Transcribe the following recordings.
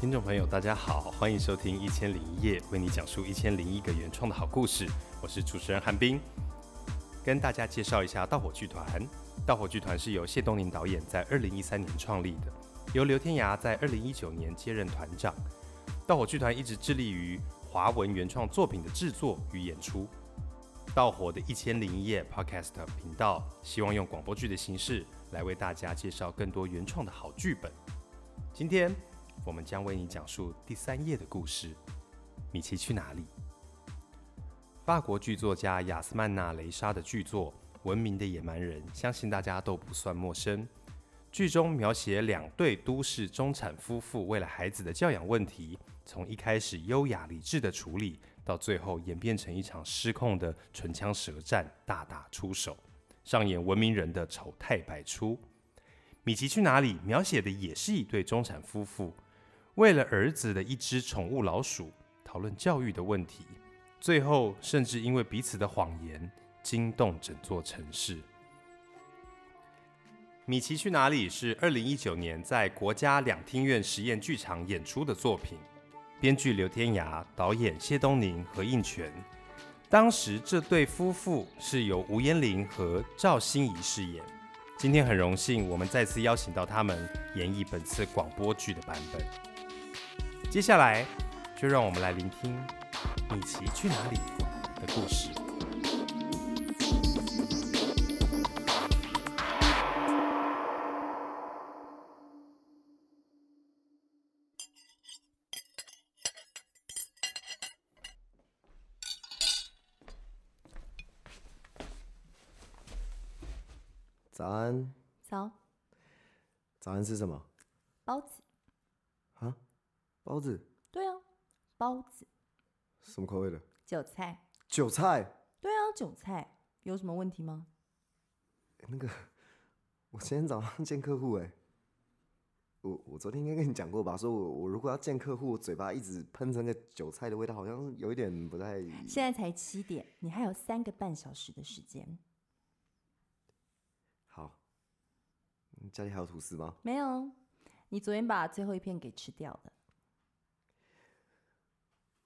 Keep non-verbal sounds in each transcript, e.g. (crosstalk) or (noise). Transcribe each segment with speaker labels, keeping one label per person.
Speaker 1: 听众朋友，大家好，欢迎收听《一千零一夜》，为你讲述一千零一个原创的好故事。我是主持人韩冰，跟大家介绍一下盗火剧团。盗火剧团是由谢东宁导演在二零一三年创立的，由刘天涯在二零一九年接任团长。盗火剧团一直致力于华文原创作品的制作与演出。盗火的《一千零一夜》Podcast 频道，希望用广播剧的形式来为大家介绍更多原创的好剧本。今天我们将为你讲述第三页的故事《米奇去哪里》。法国剧作家亚斯曼娜·雷莎的剧作《文明的野蛮人》，相信大家都不算陌生。剧中描写两对都市中产夫妇为了孩子的教养问题，从一开始优雅理智的处理，到最后演变成一场失控的唇枪舌战，大打出手，上演文明人的丑态百出。米奇去哪里描写的也是一对中产夫妇，为了儿子的一只宠物老鼠讨论教育的问题，最后甚至因为彼此的谎言惊动整座城市。米奇去哪里是二零一九年在国家两厅院实验剧场演出的作品，编剧刘天涯，导演谢东宁、何应权。当时这对夫妇是由吴彦霖和赵欣怡饰演。今天很荣幸，我们再次邀请到他们演绎本次广播剧的版本。接下来，就让我们来聆听《米奇去哪里》的故事。
Speaker 2: 早安，
Speaker 3: 早
Speaker 2: 早安吃什么
Speaker 3: 包子，
Speaker 2: 啊？包子，
Speaker 3: 对啊，包子，
Speaker 2: 什么口味的？
Speaker 3: 韭菜，
Speaker 2: 韭菜。
Speaker 3: 对啊，韭菜，有什么问题吗？
Speaker 2: 诶那个，我今天早上见客户哎、我我昨天应该跟你讲过吧？说我我如果要见客户，我嘴巴一直喷成个韭菜的味道，好像有一点不太。
Speaker 3: 现在才七点，你还有三个半小时的时间。
Speaker 2: 好，你家里还有吐司吗？
Speaker 3: 没有，你昨天把最后一片给吃掉了。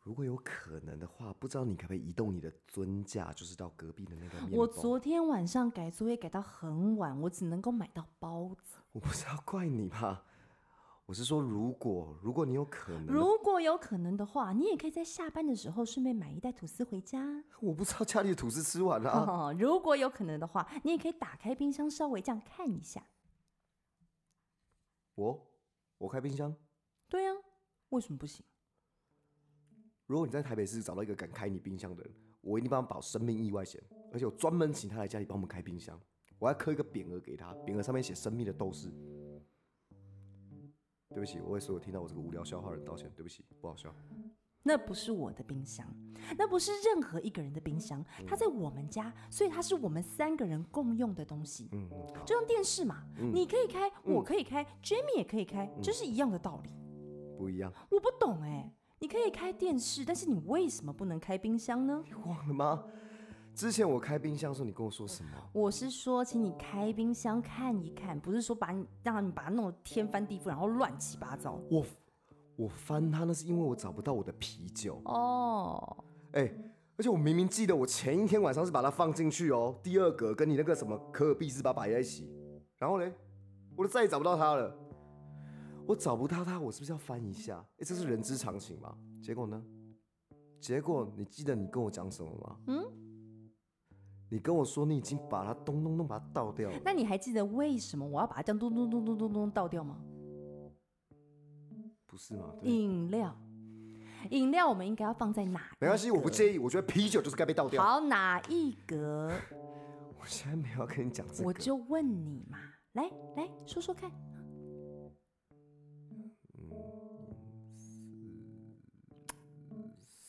Speaker 2: 如果有可能的话，不知道你可不可以移动你的尊驾，就是到隔壁的那个面包。
Speaker 3: 我昨天晚上改作业改到很晚，我只能够买到包子。
Speaker 2: 我不是要怪你吧？我是说，如果如果你有可能的
Speaker 3: 如果有可能的话，你也可以在下班的时候顺便买一袋吐司回家。
Speaker 2: 我不知道家里的吐司吃完了、啊。
Speaker 3: 哦， (laughs) 如果有可能的话，你也可以打开冰箱稍微这样看一下。
Speaker 2: 我我开冰箱。
Speaker 3: 对啊，为什么不行？
Speaker 2: 如果你在台北市找到一个敢开你冰箱的人，我一定帮他保生命意外险，而且我专门请他来家里帮我们开冰箱。我还刻一个匾额给他，匾额上面写“生命的斗士”。对不起，我为所有听到我这个无聊笑话的人道歉。对不起，不好笑。
Speaker 3: 那不是我的冰箱，那不是任何一个人的冰箱，它在我们家，所以它是我们三个人共用的东西。
Speaker 2: 嗯，嗯好
Speaker 3: 就像电视嘛，你可以开，我可以开，Jamie 也可以开，就是一样的道理。
Speaker 2: 不一样，
Speaker 3: 我不懂哎、你可以开电视，但是你为什么不能开冰箱呢？
Speaker 2: 忘了吗？之前我开冰箱的时候，你跟我说什么？
Speaker 3: 我是说，请你开冰箱看一看，不是说把你让你把它弄得天翻地覆，然后乱七八糟。
Speaker 2: 我我翻它，那是因为我找不到我的啤酒。
Speaker 3: 哦，
Speaker 2: 哎、而且我明明记得我前一天晚上是把它放进去哦，第二格跟你那个什么可尔必斯把它摆在一起，然后嘞，我就再也找不到它了。我找不到它，我是不是要翻一下？哎、这是人之常情嘛。结果呢？结果你记得你跟我讲什么吗？嗯，你跟我说你已经把它咚咚咚把它倒掉了。
Speaker 3: 那你还记得为什么我要把它这样咚咚咚咚咚咚倒掉吗？
Speaker 2: 不是吗？对。
Speaker 3: 饮料，饮料我们应该要放在哪？
Speaker 2: 没关系，我不介意。我觉得啤酒就是该被倒掉。
Speaker 3: 好，哪一格？
Speaker 2: 我现在没有要跟你讲这个。
Speaker 3: 我就问你嘛，来来说说看，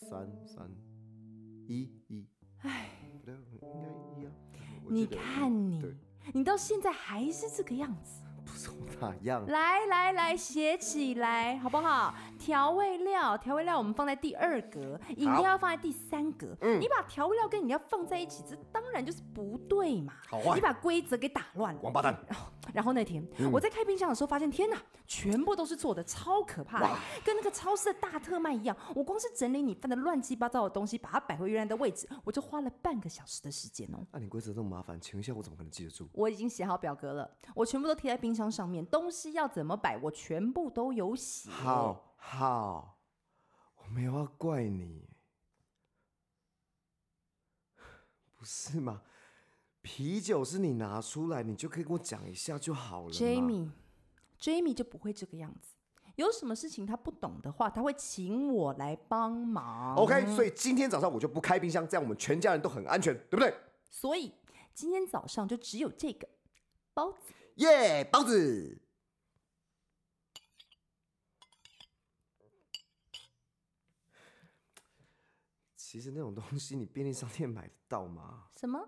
Speaker 2: 三三一一，哎，不对，应该一啊。我
Speaker 3: 你
Speaker 2: 记得
Speaker 3: 看你
Speaker 2: 对，
Speaker 3: 你到现在还是这个样子。
Speaker 2: 不是我哪样？
Speaker 3: 来来来，写起来好不好？调味料，调味料我们放在第二格，饮料放在第三格。
Speaker 2: 嗯
Speaker 3: 你把调味料跟饮料放在一起，这当然就是不对嘛。
Speaker 2: 好坏
Speaker 3: 你把规则给打乱了。
Speaker 2: 王八蛋！
Speaker 3: 哦然后那天、
Speaker 2: 嗯
Speaker 3: 我在开冰箱的时候，发现天哪，全部都是做的，超可怕的，跟那个超市的大特卖一样。我光是整理你放的乱七八糟的东西，把它摆回原来的位置，我就花了半个小时的时间哦。
Speaker 2: 按你规则这么麻烦，请问一下我怎么可能记得住？
Speaker 3: 我已经写好表格了，我全部都贴在冰箱上面，东西要怎么摆，我全部都有写。
Speaker 2: 好好，我没有要怪你，不是嘛？啤酒是你拿出来，你就可以跟我讲一下就好了嘛。
Speaker 3: ，Jamie，Jamie 就不会这个样子。有什么事情他不懂的话，他会请我来帮忙。
Speaker 2: OK，所以今天早上我就不开冰箱，这样我们全家人都很安全，对不对？
Speaker 3: 所以今天早上就只有这个包子。
Speaker 2: 耶、包子。其实那种东西你便利商店买得到吗？
Speaker 3: 什么？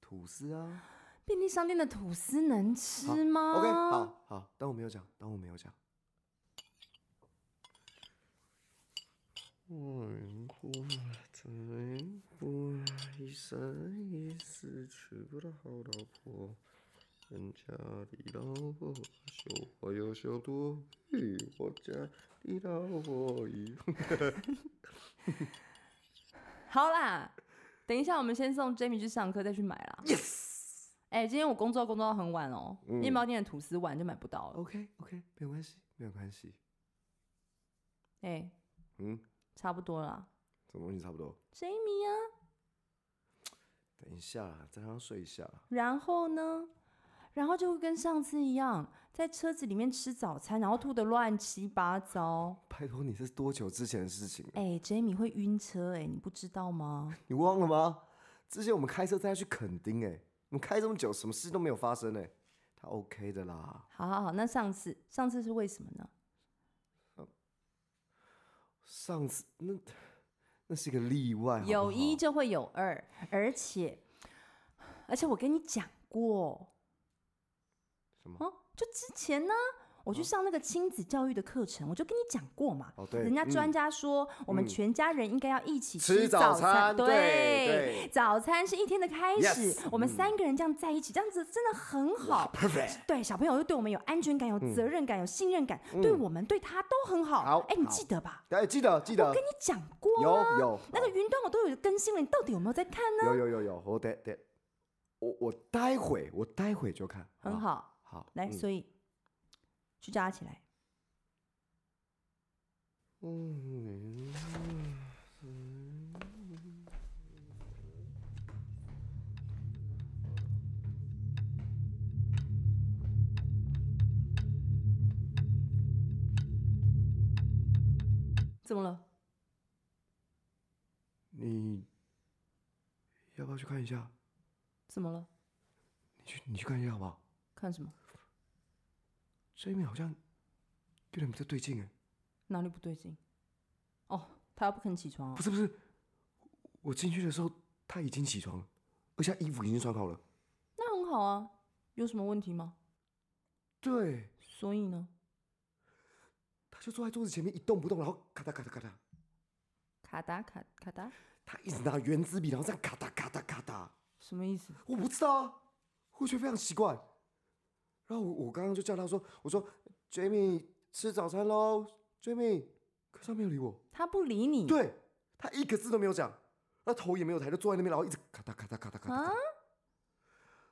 Speaker 2: 吐司啊。
Speaker 3: 便利商店的吐司能
Speaker 2: 好
Speaker 3: 吃吗
Speaker 2: OK，好好，当我没有讲，当我没有讲。嗯，过来再不一生一世娶不到好老婆，人家的老婆绣花又绣多美，我家的老婆一。
Speaker 3: 好啦，等一下我们先送 Jamie 去上课，再去买啦。
Speaker 2: yes。
Speaker 3: 哎、今天我工作工作到很晚哦，
Speaker 2: 嗯
Speaker 3: 面包店的吐司晚就买不到了。
Speaker 2: OK OK，没有关系，没有关系。
Speaker 3: 哎、
Speaker 2: 嗯，
Speaker 3: 差不多啦。
Speaker 2: 怎么问题差不多？
Speaker 3: Jamie 啊，
Speaker 2: 等一下啦，再让他睡一下啦。
Speaker 3: 然后呢？然后就会跟上次一样，在车子里面吃早餐，然后吐得乱七八糟。
Speaker 2: 拜托你，这是多久之前的事情啊了？
Speaker 3: 哎、j a m i e 会晕车、哎，你不知道吗？
Speaker 2: 你忘了吗？之前我们开车带他去垦丁、哎，我们开这么久，什么事都没有发生、哎，他 OK 的啦。
Speaker 3: 好好好，那上次上次是为什么呢？
Speaker 2: 上次那那是一个例外好不好
Speaker 3: 有一就会有二，而且而且我跟你讲过，
Speaker 2: 什么？嗯
Speaker 3: 哦，就之前呢，我去上那个亲子教育的课程，我就跟你讲过嘛。
Speaker 2: 哦对
Speaker 3: 人家
Speaker 2: 嗯
Speaker 3: 专家说，我们
Speaker 2: 嗯
Speaker 3: 全家人应该要一起
Speaker 2: 吃
Speaker 3: 早
Speaker 2: 早餐
Speaker 3: 对，
Speaker 2: 对对
Speaker 3: 早餐是一天的开始
Speaker 2: Yes，
Speaker 3: 我们三个人这样在一起，这样子真的很好。
Speaker 2: Perfect，
Speaker 3: 对小朋友就对我们有安全感、有责任感、有信任感，对我们对他都很好。
Speaker 2: 嗯好
Speaker 3: 哎，你
Speaker 2: 好
Speaker 3: 记得吧？
Speaker 2: 大家记得记得
Speaker 3: 跟，你讲过
Speaker 2: 有
Speaker 3: 啊
Speaker 2: 有
Speaker 3: 那个云端我都有更新了，你到底有没有在看呢？
Speaker 2: 有有有有，我得得，我我待会我待会就看，好
Speaker 3: 很好，
Speaker 2: 不好，好
Speaker 3: 来，
Speaker 2: 嗯
Speaker 3: 所以去叫他起来。
Speaker 2: 嗯，
Speaker 3: 怎么了？
Speaker 2: 你要不要去看一下？
Speaker 3: 怎么了？
Speaker 2: 你去你去看一下好不好？
Speaker 3: 看什么？
Speaker 2: 这一面好像有点不太对劲哎、
Speaker 3: 哪里不对劲？哦，他不肯起床、啊
Speaker 2: 不。是不是，我进去的时候他已经起床了，而且他衣服已经穿好了。
Speaker 3: 那很好啊，有什么问题吗？
Speaker 2: 对，
Speaker 3: 所以呢？
Speaker 2: 他就坐在桌子前面一动不动，然后咔嗒咔嗒咔嗒，
Speaker 3: 卡达卡卡达，
Speaker 2: 他一直拿圆珠笔，然后这样咔嗒咔嗒咔嗒。
Speaker 3: 什么意思？
Speaker 2: 我不知道啊，我觉得非常奇怪。然后我我刚刚就叫他说，我说 Jamie 吃早餐喽，Jamie，可是他没有理我，
Speaker 3: 他不理你。啊
Speaker 2: 对他一个字都没有讲，那头也没有抬，就坐在那边，然后一直咔嗒咔嗒咔嗒咔嗒咔
Speaker 3: 啊
Speaker 2: 嗒。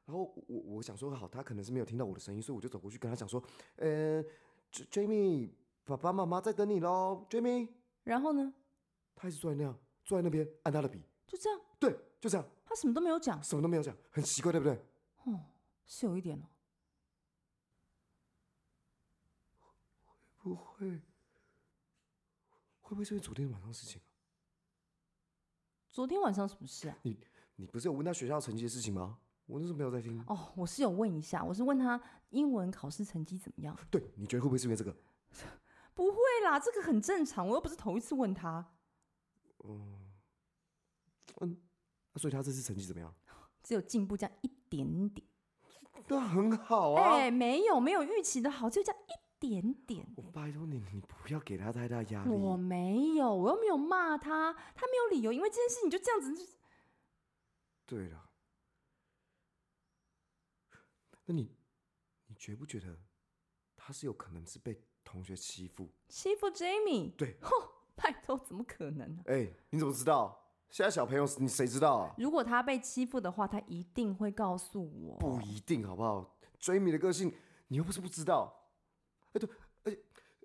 Speaker 2: 然后我我我想说好，他可能是没有听到我的声音，所以我就走过去跟他讲说，呃，J-，Jamie，爸爸妈妈在等你喽，Jamie。
Speaker 3: 然后呢？
Speaker 2: 他一直坐在那样，坐在那边按他的笔，
Speaker 3: 就这样，
Speaker 2: 对，就这样，
Speaker 3: 他什么都没有讲。
Speaker 2: 什么都没有讲，很奇怪，对不对？
Speaker 3: 哦，是有一点哦。
Speaker 2: 不会，会不会是因为昨天晚上的事情啊？
Speaker 3: 昨天晚上什么事啊？
Speaker 2: 你你不是有问他学校成绩的事情吗？我那时候没有在听。
Speaker 3: 哦，我是有问一下，我是问他英文考试成绩怎么样。
Speaker 2: 对，你觉得会不会是因为这个？啊
Speaker 3: 不会啦，这个很正常，我又不是头一次问他。
Speaker 2: 所以他这次成绩怎么 (laughs) 样？
Speaker 3: 只有进步这样一点点，
Speaker 2: 那很好啊。
Speaker 3: 哎、没有没有预期的好，就这样一点点。
Speaker 2: 我拜托你，你不要给他太大压力。
Speaker 3: 我没有，我又没有骂他，他没有理由，因为这件事情就这样子，就是
Speaker 2: 对了，那你你觉不觉得他是有可能是被同学欺负？
Speaker 3: 欺负 Jamie， (laughs)
Speaker 2: 对，
Speaker 3: 拜托，怎么可能啊呢、
Speaker 2: 哎、你怎么知道？现在小朋友你谁知道啊？
Speaker 3: 如果他被欺负的话，他一定会告诉我。
Speaker 2: 不一定好不好？追米的个性你又不是不知道。哎，对，而且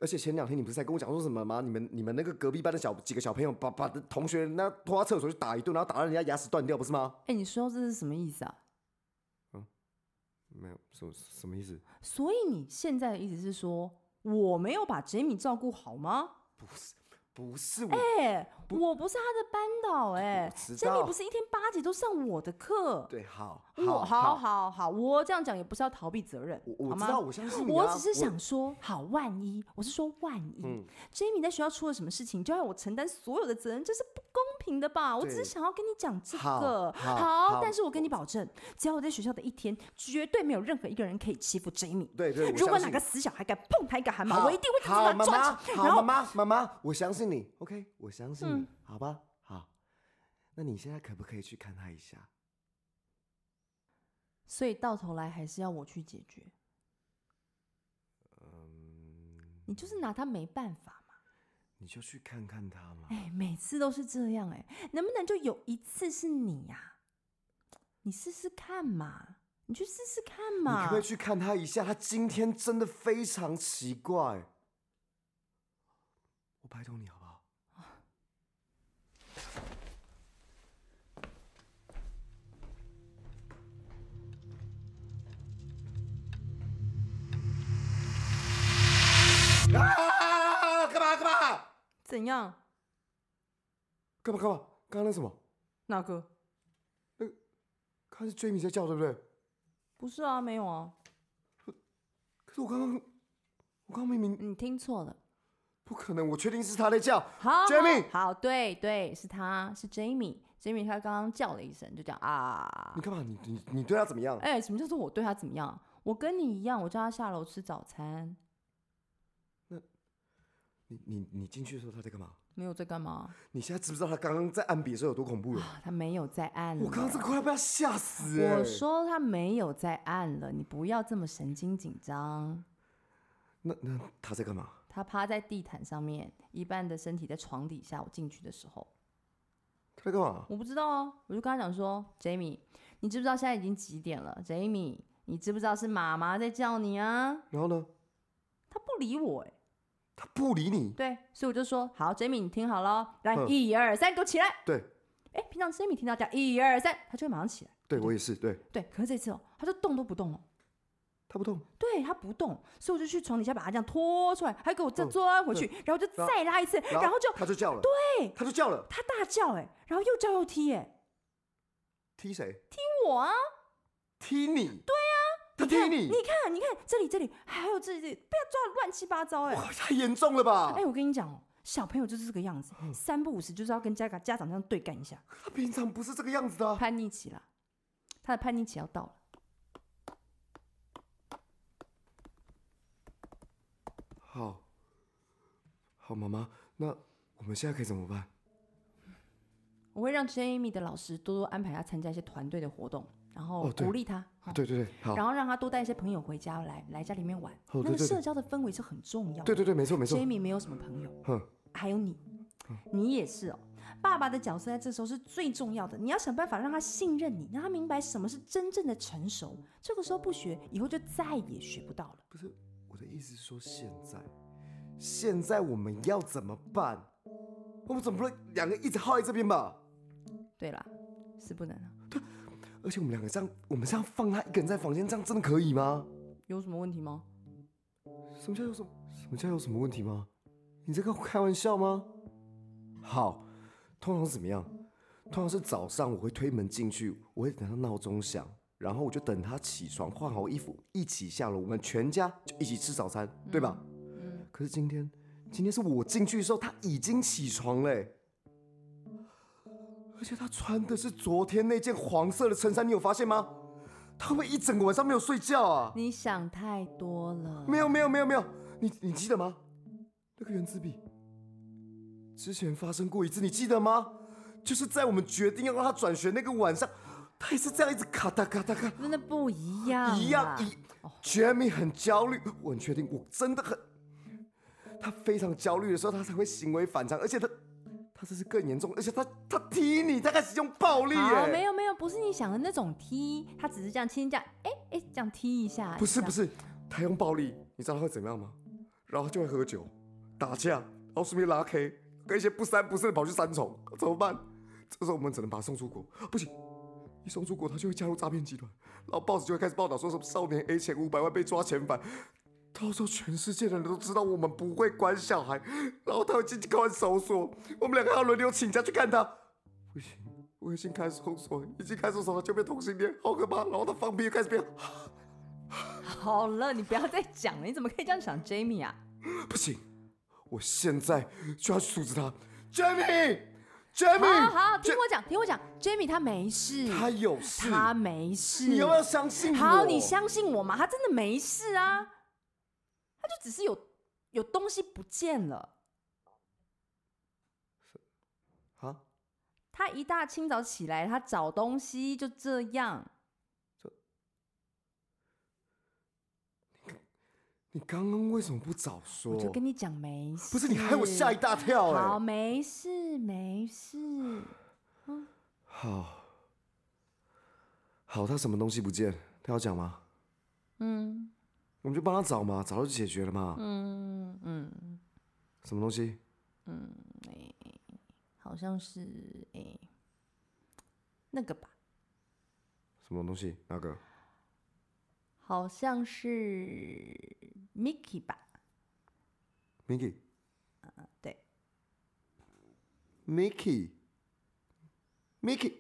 Speaker 2: 而且前两天你不是在跟我讲说什么吗？你们你们那个隔壁班的小几个小朋友把把同学那拖到厕所去打一顿，然后打到人家牙齿断掉，不是吗？
Speaker 3: 哎，你说这是什么意思啊？
Speaker 2: 没有，什什么意思？
Speaker 3: 所以你现在的意思是说，我没有把 Jamie 照顾好吗？
Speaker 2: 不是我，
Speaker 3: 哎，我不是他的班导、哎
Speaker 2: 我知
Speaker 3: ，Jamie
Speaker 2: 道
Speaker 3: 不是一天八节都上我的课。
Speaker 2: 对，好，
Speaker 3: 我
Speaker 2: 嗯
Speaker 3: 好
Speaker 2: 好，
Speaker 3: 好好，我这样讲也不是要逃避责任，
Speaker 2: 我
Speaker 3: 好
Speaker 2: 我知
Speaker 3: 吗？
Speaker 2: 道，我嗯相信你、啊。
Speaker 3: 我只是想说，好，万一我是说万一、j a m i e 在学校出了什么事情，就要我承担所有的责任，这是不公平的吧？我只是
Speaker 2: 对
Speaker 3: 想要跟你讲这
Speaker 2: 好
Speaker 3: 个，
Speaker 2: 好好
Speaker 3: 但是我跟你保证，只要我在学校的一天，绝对没有任何一个人可以欺负 Jamie。
Speaker 2: 对对我
Speaker 3: 如果
Speaker 2: 相
Speaker 3: 哪
Speaker 2: 信
Speaker 3: 个死小孩敢碰他一个汗毛，我一定会
Speaker 2: 好
Speaker 3: 把他
Speaker 2: 妈
Speaker 3: 抓
Speaker 2: 妈，
Speaker 3: 起来，
Speaker 2: 好妈
Speaker 3: 然后嗯
Speaker 2: 妈，妈妈，我相信你，OK，我相信你，好吧，好。那你现在可不可以去看他一下？
Speaker 3: 所以到头来还是要我去解决。
Speaker 2: 嗯
Speaker 3: 你就是拿他没办法嘛。
Speaker 2: 你就去看看他嘛。
Speaker 3: 哎，每次都是这样哎、能不能就有一次是你呀、你试试看嘛，你去试试看
Speaker 2: 你可
Speaker 3: 嘛
Speaker 2: 不可以。去看他一下？他今天真的非常奇怪。我拜托你好不好？啊！干嘛干嘛
Speaker 3: 怎样，
Speaker 2: 干嘛干嘛？刚刚那什么？
Speaker 3: 哪个？
Speaker 2: 刚刚是追米在叫对不对？
Speaker 3: 不是啊，没有啊，
Speaker 2: 可是我刚刚，我刚刚明明
Speaker 3: 你听错了。
Speaker 2: 不可能，我确定是他在叫。
Speaker 3: 好
Speaker 2: Jamie
Speaker 3: 好，好对对，是他，是 Jamie。Jamie 他刚刚叫了一声，就讲啊
Speaker 2: 你。干嘛？你你你对他怎么样？
Speaker 3: 哎、什么叫做我对他怎么样？我跟你一样，我叫他下楼吃早餐，
Speaker 2: 你你你进去的时候他在干嘛？
Speaker 3: 没有在干嘛
Speaker 2: 你现在知不知道他刚刚在按笔的时候有多恐怖了？
Speaker 3: 啊？他没有在按了。
Speaker 2: 我刚刚这快要被他吓死、欸！
Speaker 3: 我说他没有在按了，你不要这么神经紧张。
Speaker 2: 那那他在干嘛？
Speaker 3: 他趴在地毯上面，一半的身体在床底下。我进去的时候，
Speaker 2: 他在干嘛？
Speaker 3: 我不知道啊，我就跟他讲说，Jamie，你知不知道现在已经几点了？Jamie，你知不知道是妈妈在叫你啊？
Speaker 2: 然后呢？
Speaker 3: 他不理我、欸，
Speaker 2: 他不理你。
Speaker 3: 对，所以我就说，好，Jamie，你听好了，哦来，
Speaker 2: 嗯
Speaker 3: 一二三，给我起来。
Speaker 2: 对
Speaker 3: 哎、平常 Jamie 听到讲一二三，他就会马上起来。
Speaker 2: 对，我也是。对
Speaker 3: 对，可是这次哦，他就动都不动哦。
Speaker 2: 他不动，
Speaker 3: 对他不动，所以我就去床底下把他这样拖出来，还给我再
Speaker 2: 嗯
Speaker 3: 钻回去，然后就
Speaker 2: 然后
Speaker 3: 再拉一次，然后就
Speaker 2: 他就叫了。对，他就叫了。
Speaker 3: 他大叫哎、然后又叫又踢哎、
Speaker 2: 踢谁？
Speaker 3: 我啊，
Speaker 2: 踢你。对啊，他踢
Speaker 3: 看
Speaker 2: 你。
Speaker 3: 看你看这里这里还有这里，不要抓得乱七八糟哎、
Speaker 2: 哇，太严重了吧？
Speaker 3: 哎、我跟你讲哦，小朋友就是这个样子，
Speaker 2: 嗯
Speaker 3: 三不五时就是要跟家长家长这样对干一下，
Speaker 2: 他平常不是这个样子的啊、
Speaker 3: 叛逆期啦，他的叛逆期要到了。
Speaker 2: 好，好，妈妈，那我们现在可以怎么办？
Speaker 3: 我会让 Jamie 的老师多多安排他参加一些团队的活动，然后
Speaker 2: 哦对
Speaker 3: 鼓励他，哦
Speaker 2: 对对对，好
Speaker 3: 然。后让他多带一些朋友回家来来家里面玩，
Speaker 2: 哦对
Speaker 3: 那个
Speaker 2: 对对
Speaker 3: 社交的氛围是很重要的。
Speaker 2: 对对对，没错没嗯错。
Speaker 3: Jamie 没有什么朋友，
Speaker 2: 哼，
Speaker 3: 还有你，你也是哦。爸爸的角色在这时候是最重要的，你要想办法让他信任你，让他明白什么是真正的成熟。这个时候不学，以后就再也学不到了。
Speaker 2: 不是我的意思，是说现在，现在我们要怎么办？我们总不能两个一直耗在这边吧？
Speaker 3: 对啦，是不能啊，
Speaker 2: 而且我们两个这样，我们这样放他一个人在房间，这样真的可以吗？
Speaker 3: 有什么问题吗？
Speaker 2: 什么叫有什么？什么叫有什么问题吗？你在跟我开玩笑吗？好，通常是怎么样？通常是早上我会推门进去，我会等他闹钟响，然后我就等他起床，换好衣服，一起下楼，我们全家就一起吃早餐，对吧？可是今天，今天是我进去的时候，他已经起床嘞、而且他穿的是昨天那件黄色的衬衫，你有发现吗？他会不会一整个晚上没有睡觉啊？
Speaker 3: 你想太多了。
Speaker 2: 没有没有没有没有，你你记得吗？那个原子笔之前发生过一次，你记得吗？就是在我们决定要让他转学那个晚上，他也是这样一直咔哒咔哒咔，
Speaker 3: 真的不一样，啊
Speaker 2: 一样一。Jamie 很焦虑，我很确定，我真的很，他非常焦虑的时候，他才会行为反常，而且他，他这是更严重，而且他他踢你，他开始用暴力
Speaker 3: 好，没
Speaker 2: 耶，
Speaker 3: 有没有，不是你想的那种踢，他只是这样轻轻这样，哎哎这样踢一下，
Speaker 2: 不是
Speaker 3: 这
Speaker 2: 不
Speaker 3: 样，
Speaker 2: 是，他用暴力，你知道他会怎么样吗？然后他就会喝酒、打架，然后顺便拉黑，跟一些不三不四的跑去三重，怎么办？这时候我们只能把他送出国，不行。一送出国，他就会加入诈骗集团，然后报纸就会开始报道说什么少年 A 前五百万被抓遣返，到时候全世界的人都知道我们不会管小孩，然后他会进去看守所，我们两个还要轮流请假去看他。不行，我已经看守所，已经看守所就变同性恋，好可怕。然后他放屁又开始变，
Speaker 3: 好了，你不要再讲了，你怎么可以这样想 Jamie 啊？
Speaker 2: 不行，我现在就要去阻止他
Speaker 3: 好
Speaker 2: ，Jamie，Jamie，
Speaker 3: 好，听
Speaker 2: 这
Speaker 3: 我讲，听我讲，Jamie 他没事，
Speaker 2: 他有事，
Speaker 3: 他没事，
Speaker 2: 你要不要相信我？
Speaker 3: 好，你相信我嘛，他真的没事啊，他就只是有有东西不见了。
Speaker 2: 啊？
Speaker 3: 他一大清早起来，他找东西就这样。
Speaker 2: 你刚刚为什么不早说？
Speaker 3: 我就跟你讲没事，
Speaker 2: 不是你害我吓一大跳哎、
Speaker 3: 好，没事没事，
Speaker 2: 好，好，他什么东西不见？他要讲吗？
Speaker 3: 嗯
Speaker 2: 我们就帮他找嘛，早就解决了嘛。
Speaker 3: 嗯嗯，
Speaker 2: 什么东西？
Speaker 3: 好像是诶、那个吧，
Speaker 2: 什么东西？哪个？
Speaker 3: 好像是 Mickey 吧，
Speaker 2: Mickey。
Speaker 3: 对，
Speaker 2: Mickey。Mickey。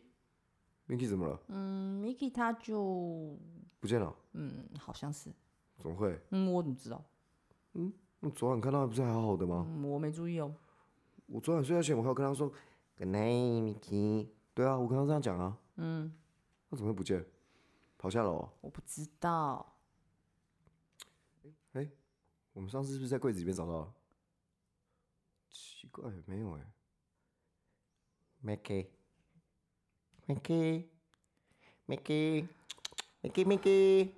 Speaker 2: Mickey 怎么了？
Speaker 3: 嗯，Mickey 他就
Speaker 2: 不见了？
Speaker 3: 嗯，好像是，
Speaker 2: 怎么会？
Speaker 3: 嗯，我怎么知道？
Speaker 2: 那昨晚看到他不是还好好的吗？
Speaker 3: 嗯，我没注意哦。
Speaker 2: 我昨晚睡觉前我还有跟他说 Good night, Mickey。对啊，我刚刚这样讲啊。嗯。那怎么会不见？跑下楼？啊
Speaker 3: 我不知道，
Speaker 2: 哎，我们上次是不是在柜子里面找到了？奇怪，没有哎。
Speaker 4: Mickey. Mickey. Mickey. Mickey, Mickey.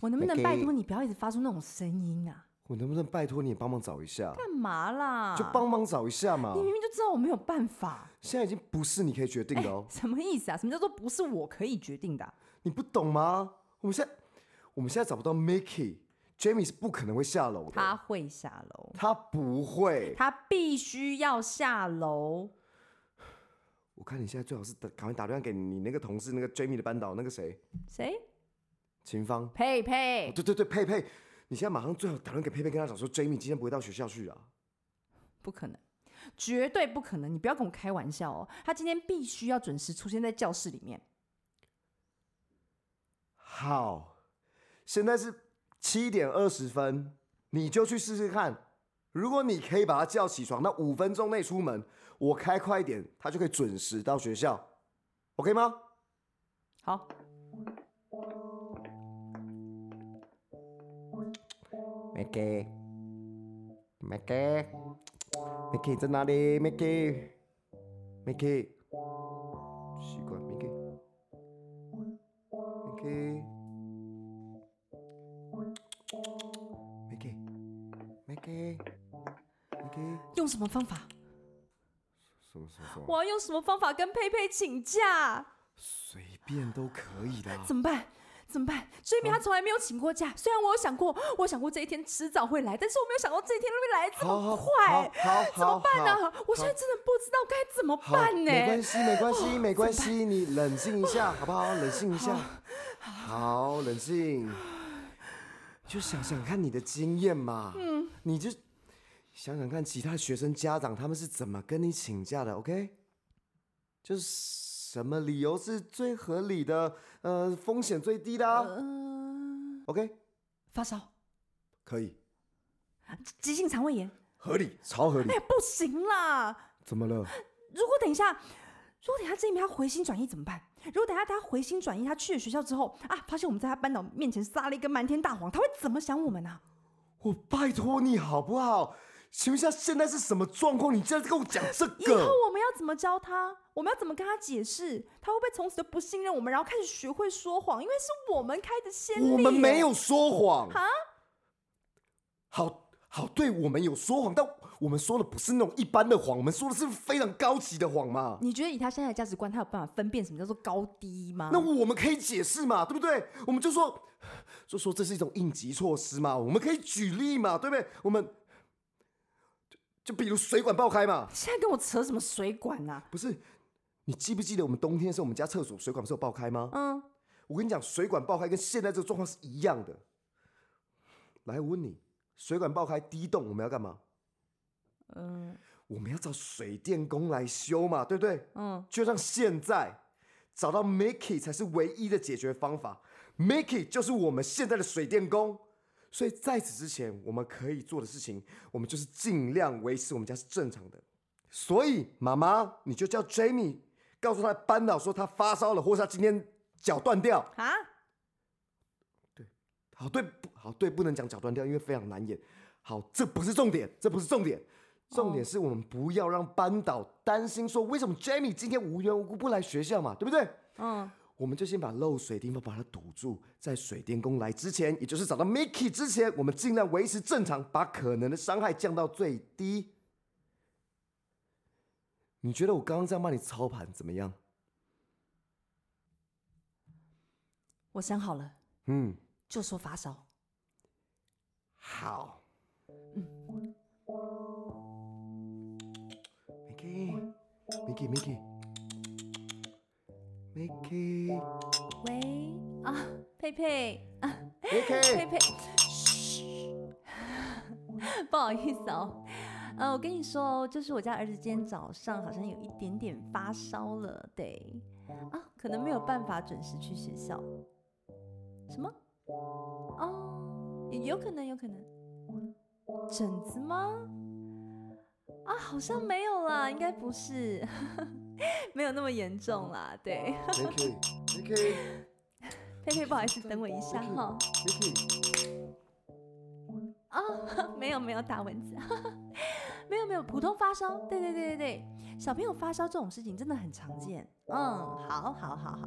Speaker 3: 我能不能拜
Speaker 4: Mickey
Speaker 3: 托你不要一直发出那种声音啊？
Speaker 2: 我能不能拜托你帮忙找一下？
Speaker 3: 干嘛啦？
Speaker 2: 就帮忙找一下嘛
Speaker 3: 你！明明就知道我没有办法，
Speaker 2: 现在已经不是你可以决定的哦，
Speaker 4: 哎
Speaker 3: 什么意思啊？什么叫做不是我可以决定的啊、
Speaker 2: 你不懂吗？我们现在我们现在找不到 Mickey，Jamie 是不可能会下楼的，
Speaker 3: 他会下楼，
Speaker 2: 他不会。
Speaker 3: 他必须要下楼。
Speaker 2: 我看你现在最好是打赶快打电话给你那个同事，那个 Jamie 的班导，那个谁，
Speaker 3: 谁？
Speaker 2: 秦芳。
Speaker 3: 佩佩，
Speaker 2: 对对对，佩佩，你现在马上最好打电话给佩佩，跟他讲说 Jamie 今天不会到学校去啊。
Speaker 3: 不可能，绝对不可能！你不要跟我开玩笑哦。他今天必须要准时出现在教室里面。
Speaker 2: 好，现在是七点二十分，你就去试试看。如果你可以把他叫起床，那五分钟内出门，我开快一点，他就可以准时到学校，OK 吗？
Speaker 3: 好，
Speaker 4: Mickey. Mickey.
Speaker 2: Mickey 在哪里？Mickey，Mickey，奇怪，Mickey，Mickey，Mickey，Mickey，
Speaker 3: 用什么方法？
Speaker 2: 什么什么什么，
Speaker 3: 我要用什么方法跟佩佩请假？
Speaker 2: 随便都可以啦。
Speaker 3: 怎么办？怎么办？追明他从来没有请过假，虽然我有想过，我想过这一天迟早会来，但是我没有想到这一天会来得这
Speaker 2: 好好
Speaker 3: 么快，
Speaker 2: 好好
Speaker 3: 怎么办
Speaker 2: 好
Speaker 3: 呢、
Speaker 2: 好
Speaker 3: 我现在真的不知道该怎么
Speaker 2: 好，
Speaker 3: 办呢、哦
Speaker 2: 没关系，没关系，没关系，你冷静一下，好不好？冷静一下，好，冷静。就想想看你的经验嘛，嗯，你就想想看其他学生家长他们是怎么跟你请假的，OK？就是什么理由是最合理的，呃，风险最低的、
Speaker 3: 呃
Speaker 2: 啊
Speaker 3: 嗯、
Speaker 2: ，OK？
Speaker 3: 发烧、
Speaker 2: 可以，
Speaker 3: 急性肠胃炎，
Speaker 2: 合理，超合理
Speaker 3: 哎、。不行啦！
Speaker 2: 怎么
Speaker 3: (laughs)
Speaker 2: 了？
Speaker 3: 如果等一下，如果等一下这一名他回心转意怎么办？如果等一下他回心转意，他去了学校之后啊，发现我们在他班导啊面前撒了一个瞒天大谎，他会怎么想我们呢、
Speaker 2: 我拜托你好不好？请问一下，现在是什么状况？你竟然跟我讲这
Speaker 3: 以后
Speaker 2: 个？
Speaker 3: 我们要怎么教他？我们要怎么跟他解释？他会不会从此就不信任我们，然后开始学会说谎？因为是我们开的先例。
Speaker 2: 我们没有说谎
Speaker 3: 啊！
Speaker 2: 好好，对我们有说谎，但我们说的不是那种一般的谎，我们说的是非常高级的谎嘛。
Speaker 3: 你觉得以他现在的价值观，他有办法分辨什么叫做高低吗？
Speaker 2: 那我们可以解释嘛，对不对？我们就说，就说这是一种应急措施嘛，我们可以举例嘛，对不对？我们就就比如水管爆开嘛，
Speaker 3: 现在跟我扯什么水管啊呐、
Speaker 2: 不是？你记不记得我们冬天的时候，我们家厕所水管不是有爆开吗？
Speaker 3: 嗯，
Speaker 2: 我跟你讲，水管爆开跟现在这个状况是一样的。来，我问你，水管爆开第一栋我们要干嘛？
Speaker 3: 嗯
Speaker 2: 我们要找水电工来修嘛，对不对？
Speaker 3: 嗯，
Speaker 2: 就像现在，找到 Mickey 才是唯一的解决方法。Mickey 就是我们现在的水电工，所以在此之前，我们可以做的事情，我们就是尽量维持我们家是正常的。所以妈妈，你就叫 Jamie 告诉他的班导说他发烧了，或是他今天脚断掉。
Speaker 3: 啊，
Speaker 2: 好对不好对，不能讲脚断掉，因为非常难演。好，这不是重点，这不是重点，重点是我们不要让班导担心，说为什么 Jamie 今天无缘无故不来学校嘛，对不对？
Speaker 3: 嗯，
Speaker 2: 我们就先把漏水地方把它堵住，在水电工来之前，也就是找到 Mickey 之前，我们尽量维持正常，把可能的伤害降到最低。你觉得我刚刚这样帮你操盘怎么样？
Speaker 3: 我想好了，
Speaker 2: 嗯，
Speaker 3: 就说发烧。
Speaker 2: 好。Mickey，Mickey，Mickey，Mickey，
Speaker 3: 喂啊，佩佩啊，佩
Speaker 2: Mickey，
Speaker 3: 佩，嘘， (laughs) 不好意思哦。呃，我跟你说哦，就是我家儿子今天早上好像有一点点发烧了，对，啊，可能没有办法准时去学校。什么？哦，有可能，有可能。疹子吗？啊，好像没有啦，应该不是， (laughs) 没有那么严重啦。对，
Speaker 2: Mickey，Mickey，Mickey，
Speaker 3: 佩佩，不好意思，等我一下哈、哦，没有没有打蚊子， (laughs) 没有没有普通发烧，对对对对对，小朋友发烧这种事情真的很常见。嗯，好好好好，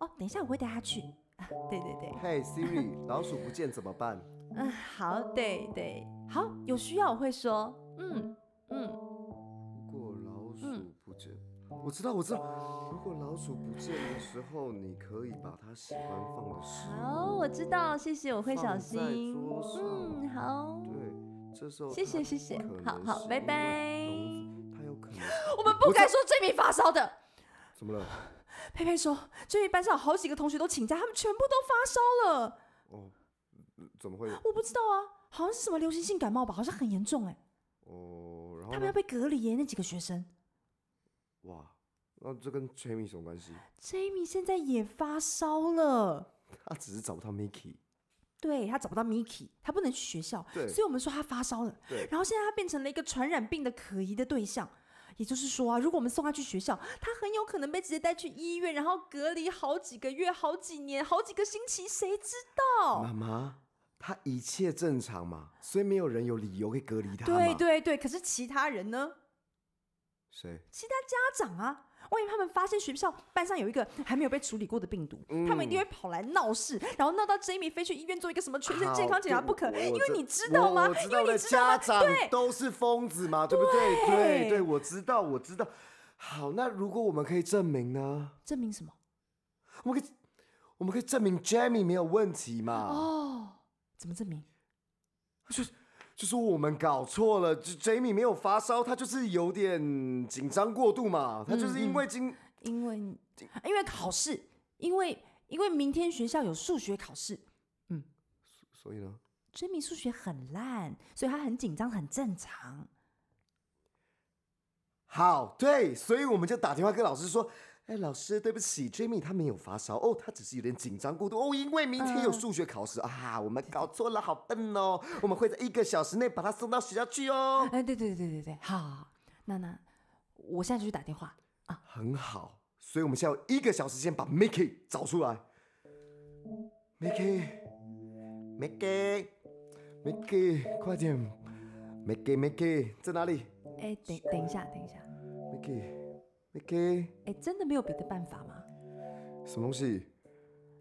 Speaker 3: 哦，等一下我会带他去。啊对对对，
Speaker 2: 嘿 Siri，老鼠不见怎么办？
Speaker 3: 嗯，好，对对，好，有需要我会说。嗯嗯，
Speaker 2: 如果老鼠
Speaker 3: 嗯
Speaker 2: 不见，我知道，我知道。如果老鼠不见的时候，你可以把它喜欢放的食
Speaker 3: 好，
Speaker 2: 物，
Speaker 3: 我知道，谢谢，我会小
Speaker 2: 放在
Speaker 3: 心
Speaker 2: 桌。上
Speaker 3: 嗯，好，
Speaker 2: 对，这时候
Speaker 3: 谢谢
Speaker 2: 它
Speaker 3: 谢谢
Speaker 2: 可能
Speaker 3: 好好
Speaker 2: 是
Speaker 3: 拜
Speaker 2: 因为
Speaker 3: 拜
Speaker 2: 聋子它有可
Speaker 3: (laughs)
Speaker 2: 能
Speaker 3: 我们不
Speaker 2: 我知
Speaker 3: 该说追米发烧的。
Speaker 2: 怎么了？
Speaker 3: 佩佩说，追米班上有好几个同学都请假，他们全部都发烧了。
Speaker 2: 哦，嗯怎么会？
Speaker 3: 我不知道啊，好像是什么流行性感冒吧，好像很严重哎、
Speaker 2: 哦，然
Speaker 3: 他
Speaker 2: 后
Speaker 3: 们要
Speaker 2: 呢？
Speaker 3: 被隔离耶，那几个学生。
Speaker 2: 哇，那这跟 Jamie 什么关系？
Speaker 3: Jamie 现在也发烧了，
Speaker 2: 他只是找不到 Mickey。
Speaker 3: 对他找不到 Miki，他不能去学校，
Speaker 2: 对
Speaker 3: 所以我们说他发烧了。
Speaker 2: 对，
Speaker 3: 然后现在他变成了一个传染病的可疑的对象，也就是说啊，如果我们送他去学校，他很有可能被直接带去医院，然后隔离好几个月、好几年、好几个星期，谁知道
Speaker 2: 妈？妈，他一切正常嘛，所以没有人有理由可以隔离他嘛。
Speaker 3: 对，对对，可是其他人呢？
Speaker 2: 谁？
Speaker 3: 其他家长啊，万一他们发现学校班上有一个还没有被处理过的病毒，
Speaker 2: 嗯
Speaker 3: 他们一定会跑来闹事，然后闹到 Jamie 非去医院做一个什么全身健康检查
Speaker 2: 好
Speaker 3: 不可，
Speaker 2: 我
Speaker 3: 因为
Speaker 2: 这
Speaker 3: 你知道吗？
Speaker 2: 我我知
Speaker 3: 因
Speaker 2: 道
Speaker 3: 为
Speaker 2: 的
Speaker 3: 你知道
Speaker 2: 家长
Speaker 3: 吗？对，
Speaker 2: 都是疯子嘛，对不对？对
Speaker 3: 对
Speaker 2: 对，我知道，我知道。好，那如果我们可以证明呢？
Speaker 3: 证明什么？
Speaker 2: 我们可以，我们可以证明 Jamie 没有问题嘛？
Speaker 3: 哦，怎么证明？
Speaker 2: 就说我们搞错了，就 Jamie 没有发烧，他就是有点紧张过度嘛，他就是因为
Speaker 3: 嗯
Speaker 2: 今、
Speaker 3: 因为你因为考试，因为因为明天学校有数学考试
Speaker 2: 所以呢，
Speaker 3: ，Jamie 数学很烂，所以他很紧张，很正常。
Speaker 2: 好，对，所以我们就打电话跟老师说，哎，老师，对不起，Jamie 他没有发烧哦，他只是有点紧张过度哦，因为明天有
Speaker 3: 嗯
Speaker 2: 数学考试、啊，我们搞错了，好笨哦，我们会在一个小时内把他送到学校去哦，
Speaker 3: 哎，对对对对对，好好，好那那我现在就去打电话。
Speaker 2: 很好，所以我们现在有一个小时先把 Mickey 找出来，Mickey，Mickey，Mickey，快点 Mickey Mickey 在哪里
Speaker 3: 哎，等等一下，等一下，
Speaker 2: ？Mickey Mickey
Speaker 3: 哎，真的没有别的办法吗？
Speaker 2: 什么东西？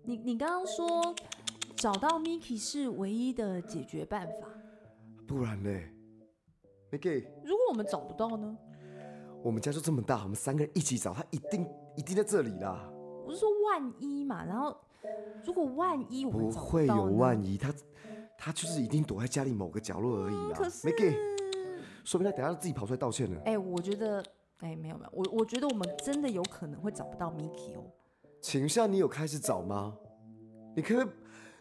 Speaker 3: 你你刚刚说找到 Miki 是唯一的解决办法，
Speaker 2: 不然呢？Mickey，
Speaker 3: 如果我们找不到呢？
Speaker 2: 我们家就这么大，我们三个人一起找，他一定一定在这里啦。
Speaker 3: 我是说万一嘛，然后如果万一我们
Speaker 2: 不
Speaker 3: 找
Speaker 2: 会
Speaker 3: 到
Speaker 2: 有
Speaker 3: 呢
Speaker 2: 万一，他他就是一定躲在家里某个角落而已啦。
Speaker 3: 嗯可是
Speaker 2: 啊 Mickey，说不定他等下自己跑出来道歉了。
Speaker 3: 哎、我觉得，哎、没有没有，我我觉得我们真的有可能会找不到 Miki 哦。
Speaker 2: 请问下，你有开始找吗？你可不可以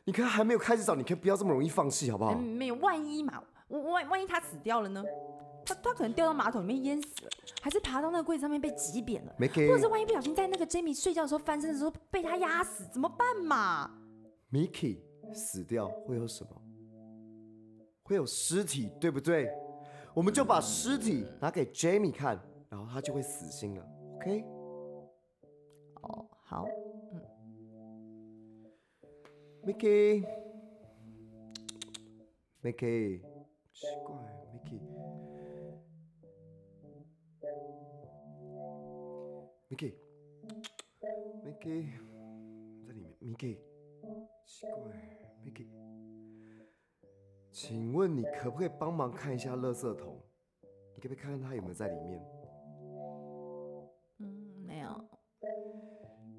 Speaker 2: 你可不可以还没有开始找，你可以不要这么容易放弃，好不
Speaker 3: 哎、
Speaker 2: 好？
Speaker 3: 没有，万一嘛，我万万一他死掉了呢？他他可能掉到马桶里面淹死了，还是爬到那个柜子上面被挤扁了，
Speaker 2: 没给
Speaker 3: 或者是万一不小心在那个 Jamie 睡觉的时候翻身的时候被他压死，怎么办嘛？
Speaker 2: Mickey 死掉会有什么？会有尸体，对不对？我们就把尸体拿给 Jamie 看，然后他就会死心了。OK？
Speaker 3: 哦，好，
Speaker 2: Mickey，Mickey，奇怪，Mickey，Mickey，Mickey，在里面，Mickey，奇怪，Mickey，请问你可不可以帮忙看一下垃圾桶？你可不可以看看它有没有在里面？
Speaker 3: 嗯，没有，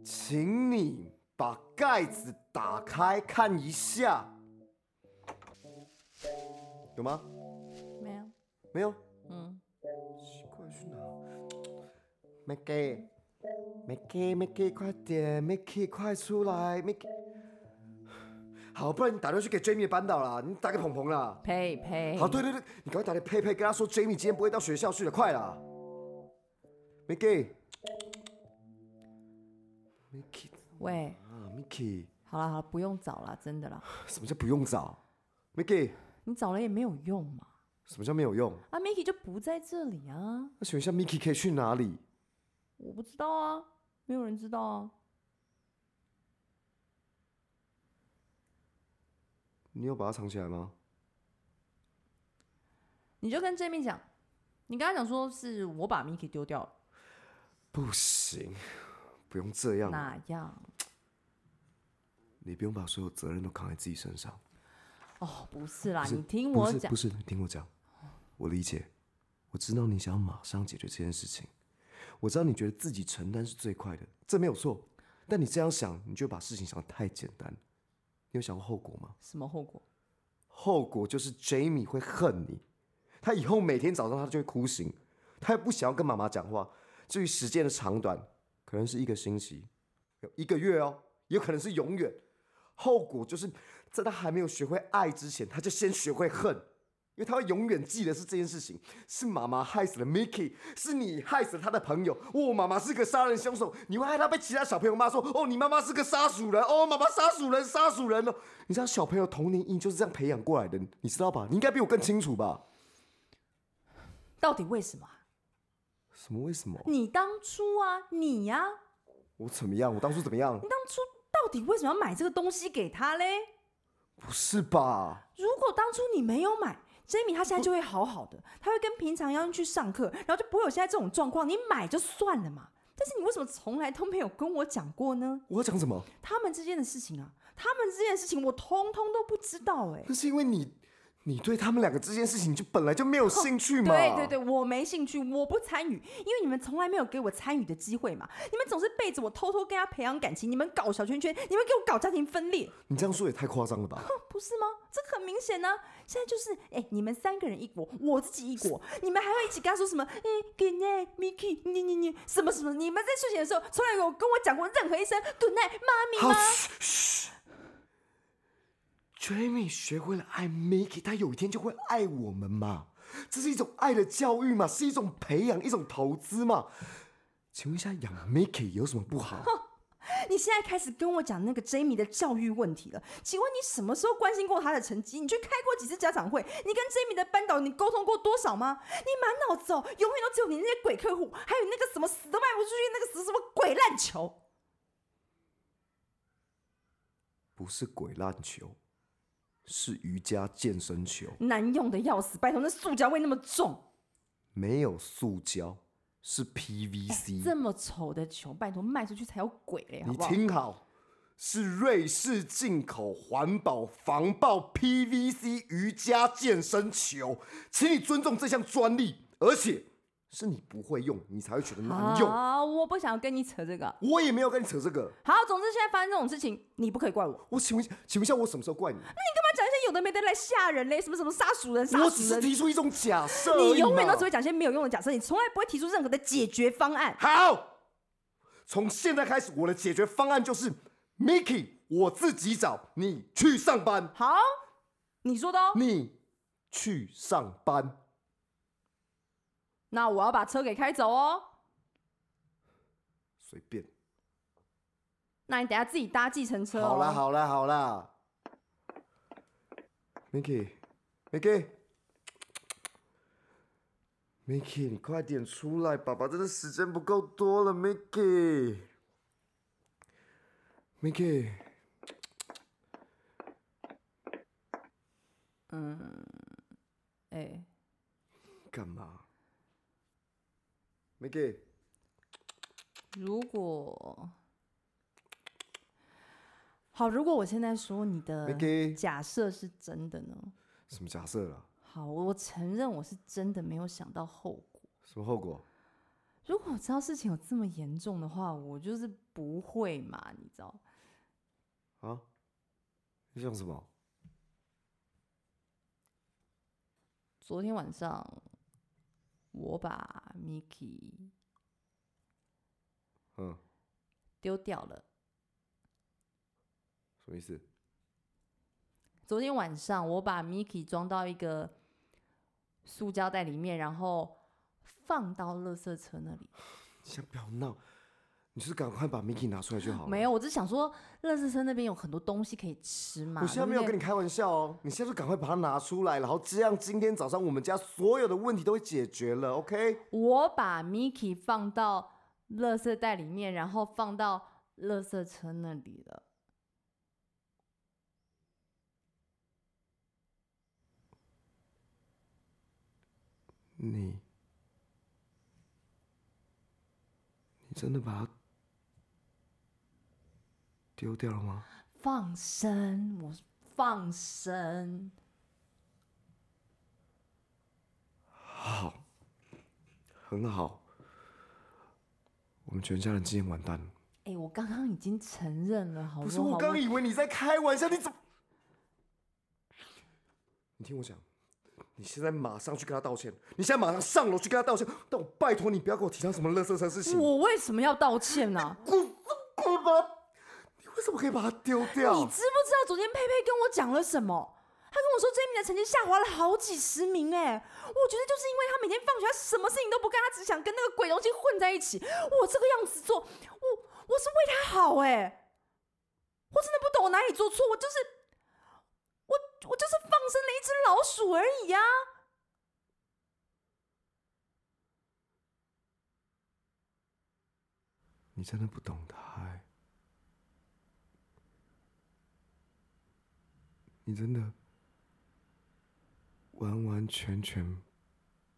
Speaker 2: 请你把盖子打开看一下，有吗？
Speaker 3: 没有，
Speaker 2: 没有？
Speaker 3: 嗯，
Speaker 2: 奇怪，去哪
Speaker 4: ，Mickey
Speaker 2: ？Mickey Mickey 快点，Mickey 快出来，Mickey。好，不然你打电话去给 Jamie 扳倒啦，你打给鹏鹏啦。
Speaker 3: 呸呸，
Speaker 2: 好，对对对，你赶快打给佩佩，跟他说 Jamie 今天不会到学校去了，快啦。Mickey，Mickey
Speaker 3: 喂，
Speaker 2: 啊，Mickey，
Speaker 3: 好了好了，不用找了，真的啦，
Speaker 2: 什么叫不用找？Mickey，
Speaker 3: 你找了也没有用嘛。
Speaker 2: 什么叫没有用？
Speaker 3: 啊，Miki 就不在这里啊，
Speaker 2: 那请问一下，Miki 可以去哪里？
Speaker 3: 我不知道啊，没有人知道啊。
Speaker 2: 你有把它藏起来吗？
Speaker 3: 你就跟 Jamie 讲，你跟他讲说是我把 Miki 丢掉了，
Speaker 2: 不行，不用这样，
Speaker 3: 哪样？
Speaker 2: 你不用把所有责任都扛在自己身上。
Speaker 3: 哦，不是啦，
Speaker 2: 不是
Speaker 3: 你听
Speaker 2: 不
Speaker 3: 我
Speaker 2: 是
Speaker 3: 讲
Speaker 2: 不，是，你听我讲，我理解，我知道你想要马上解决这件事情，我知道你觉得自己承担是最快的，这没有错。但你这样想，你就把事情想得太简单了。你有想过后果吗？
Speaker 3: 什么后果？
Speaker 2: 后果就是 Jamie 会恨你，他以后每天早上他就会哭醒，他也不想要跟妈妈讲话。至于时间的长短，可能是一个星期，有一个月哦，也可能是永远。后果就是在他还没有学会爱之前，他就先学会恨，因为他会永远记得是这件事情，是妈妈害死了 Mickey，是你害死了他的朋友。哦，妈妈是个杀人凶手，你会害他被其他小朋友骂说，哦，你妈妈是个杀鼠人，哦，妈妈杀鼠人，杀鼠人哦。你知道小朋友童年阴影就是这样培养过来的，你你知道吧？你应该比我更清楚吧？
Speaker 3: 到底为什么啊？
Speaker 2: 什么？为什么？
Speaker 3: 你当初啊，你呀、
Speaker 2: 我怎么样？我当初怎么样
Speaker 3: 你？当初到底为什么要买这个东西给他嘞？
Speaker 2: 不是吧？
Speaker 3: 如果当初你没有买，Jamie 他现在就会好好的，他会跟平常一样去上课，然后就不会有现在这种状况。你买就算了嘛，但是你为什么从来都没有跟我讲过呢？
Speaker 2: 我要讲什么？
Speaker 3: 他们之间的事情啊，他们之间的事情我通通都不知道哎、
Speaker 2: 那是因为你，你对他们两个这件事情就本来就没有兴趣嘛。
Speaker 3: 哦对对对，我没兴趣，我不参与，因为你们从来没有给我参与的机会嘛。你们总是背着我偷偷跟他培养感情，你们搞小圈圈，你们给我搞家庭分裂，
Speaker 2: 你这样说也太夸张了吧？
Speaker 3: 不是吗？这个很明显呢、现在就是，哎、你们三个人一国，我自己一国，你们还会一起跟他说什么？哎、g o o d night, Mickey，你你你，什么什么？你们在睡前的时候，从来没有跟我讲过任何一声 Good night，妈咪
Speaker 2: 好，
Speaker 3: 吗？
Speaker 2: 嘘嘘。Jamie 学会了爱 Mickey，他有一天就会爱我们嘛？这是一种爱的教育嘛？是一种培养，一种投资嘛？请问一下，养 Mickey 有什么不好？
Speaker 3: 你现在开始跟我讲那个 Jamie 的教育问题了，请问你什么时候关心过他的成绩？你去开过几次家长会？你跟 Jamie 的班导你沟通过多少吗？你满脑子哦，永远都只有你那些鬼客户，还有那个什么死都卖不出去那个死什么鬼烂球。
Speaker 2: 不是鬼烂球，是瑜伽健身球，
Speaker 3: 难用的要死，拜托，那塑胶味那么重，
Speaker 2: 没有塑胶，是 PVC。
Speaker 3: 这么丑的球，拜托卖出去才有鬼嘞，好
Speaker 2: 你
Speaker 3: 不好？
Speaker 2: 听好，是瑞士进口环保防爆 PVC 瑜伽健身球，请你尊重这项专利，而且是你不会用，你才会觉得难用。
Speaker 3: 啊，我不想跟你扯这个。
Speaker 2: 我也没有跟你扯这个。
Speaker 3: 好，总之现在发生这种事情，你不可以怪我。
Speaker 2: 我请问，请问一下，我什么时候怪你？
Speaker 3: 干嘛讲一些有的没的来吓人嘞？什么什么杀鼠人、杀
Speaker 2: 我只是
Speaker 3: 鼠人？
Speaker 2: 提出一种假设而已嘛，
Speaker 3: 你永远都只会讲一些没有用的假设，你从来不会提出任何的解决方案。
Speaker 2: 好。从现在开始，我的解决方案就是，Mickey，我自己找你去上班，
Speaker 3: 好，你说的哦。
Speaker 2: 你去上班。
Speaker 3: 那我要把车给开走哦。
Speaker 2: 随便。
Speaker 3: 那你等下自己搭计程车、哦。
Speaker 2: 好啦，好啦，好啦。Mickey，Mickey，Mickey，你快点出来！爸爸真的时间不够多了，Mickey。Mickey，
Speaker 3: 嗯哎、
Speaker 2: 干嘛？Mickey，
Speaker 3: 如果好，如果我现在说你的
Speaker 2: Mickey
Speaker 3: 假设是真的呢？
Speaker 2: 什么假设了？
Speaker 3: 好，我承认我是真的没有想到后果。
Speaker 2: 什么后果？
Speaker 3: 如果我知道事情有这么严重的话，我就是不会嘛，你知道？
Speaker 2: 啊？你想什么？
Speaker 3: 昨天晚上我把 Miki
Speaker 2: 嗯，
Speaker 3: 丢掉了。
Speaker 2: 什么意思？
Speaker 3: 昨天晚上我把 Miki 装到一个塑胶袋里面，然后放到垃圾车那里。
Speaker 2: 你先不要闹，你就是赶快把 Mickey 拿出来就好了。
Speaker 3: 没有，我只想说，垃圾车那边有很多东西可以吃嘛。
Speaker 2: 我现在没有跟
Speaker 3: 你
Speaker 2: 你开玩笑哦，你现在就赶快把它拿出来，然后这样今天早上我们家所有的问题都会解决了，OK？
Speaker 3: 我把 Miki 放到垃圾袋里面，然后放到垃圾车那里了。
Speaker 2: 你，你真的把它丢掉了吗？
Speaker 3: 放生，我放生。
Speaker 2: 好，很好，我们全家人今天完蛋了。
Speaker 3: 哎、我刚刚已经承认了，好
Speaker 2: 不
Speaker 3: 不
Speaker 2: 是，
Speaker 3: 好
Speaker 2: 我刚以为你在开玩笑，你怎么？你听我讲，你现在马上去跟他道歉，你现在马上上楼去跟他道歉，但我拜托你不要给我提上什么垃圾车事情。
Speaker 3: 我为什么要道歉啊呢、
Speaker 2: 我可以把它，你为什么可以把它丢掉？
Speaker 3: 你知不知道昨天佩佩跟我讲了什么？他跟我说 Jamie 的成绩下滑了好几十名哎、我觉得就是因为他每天放学，他什么事情都不干，他只想跟那个鬼东西混在一起。我这个样子做，我我是为他好哎、我真的不懂我哪里做错，我就是我我就是放生了一只老鼠而已啊呀、
Speaker 2: 你真的不懂他、哎你真的完完全全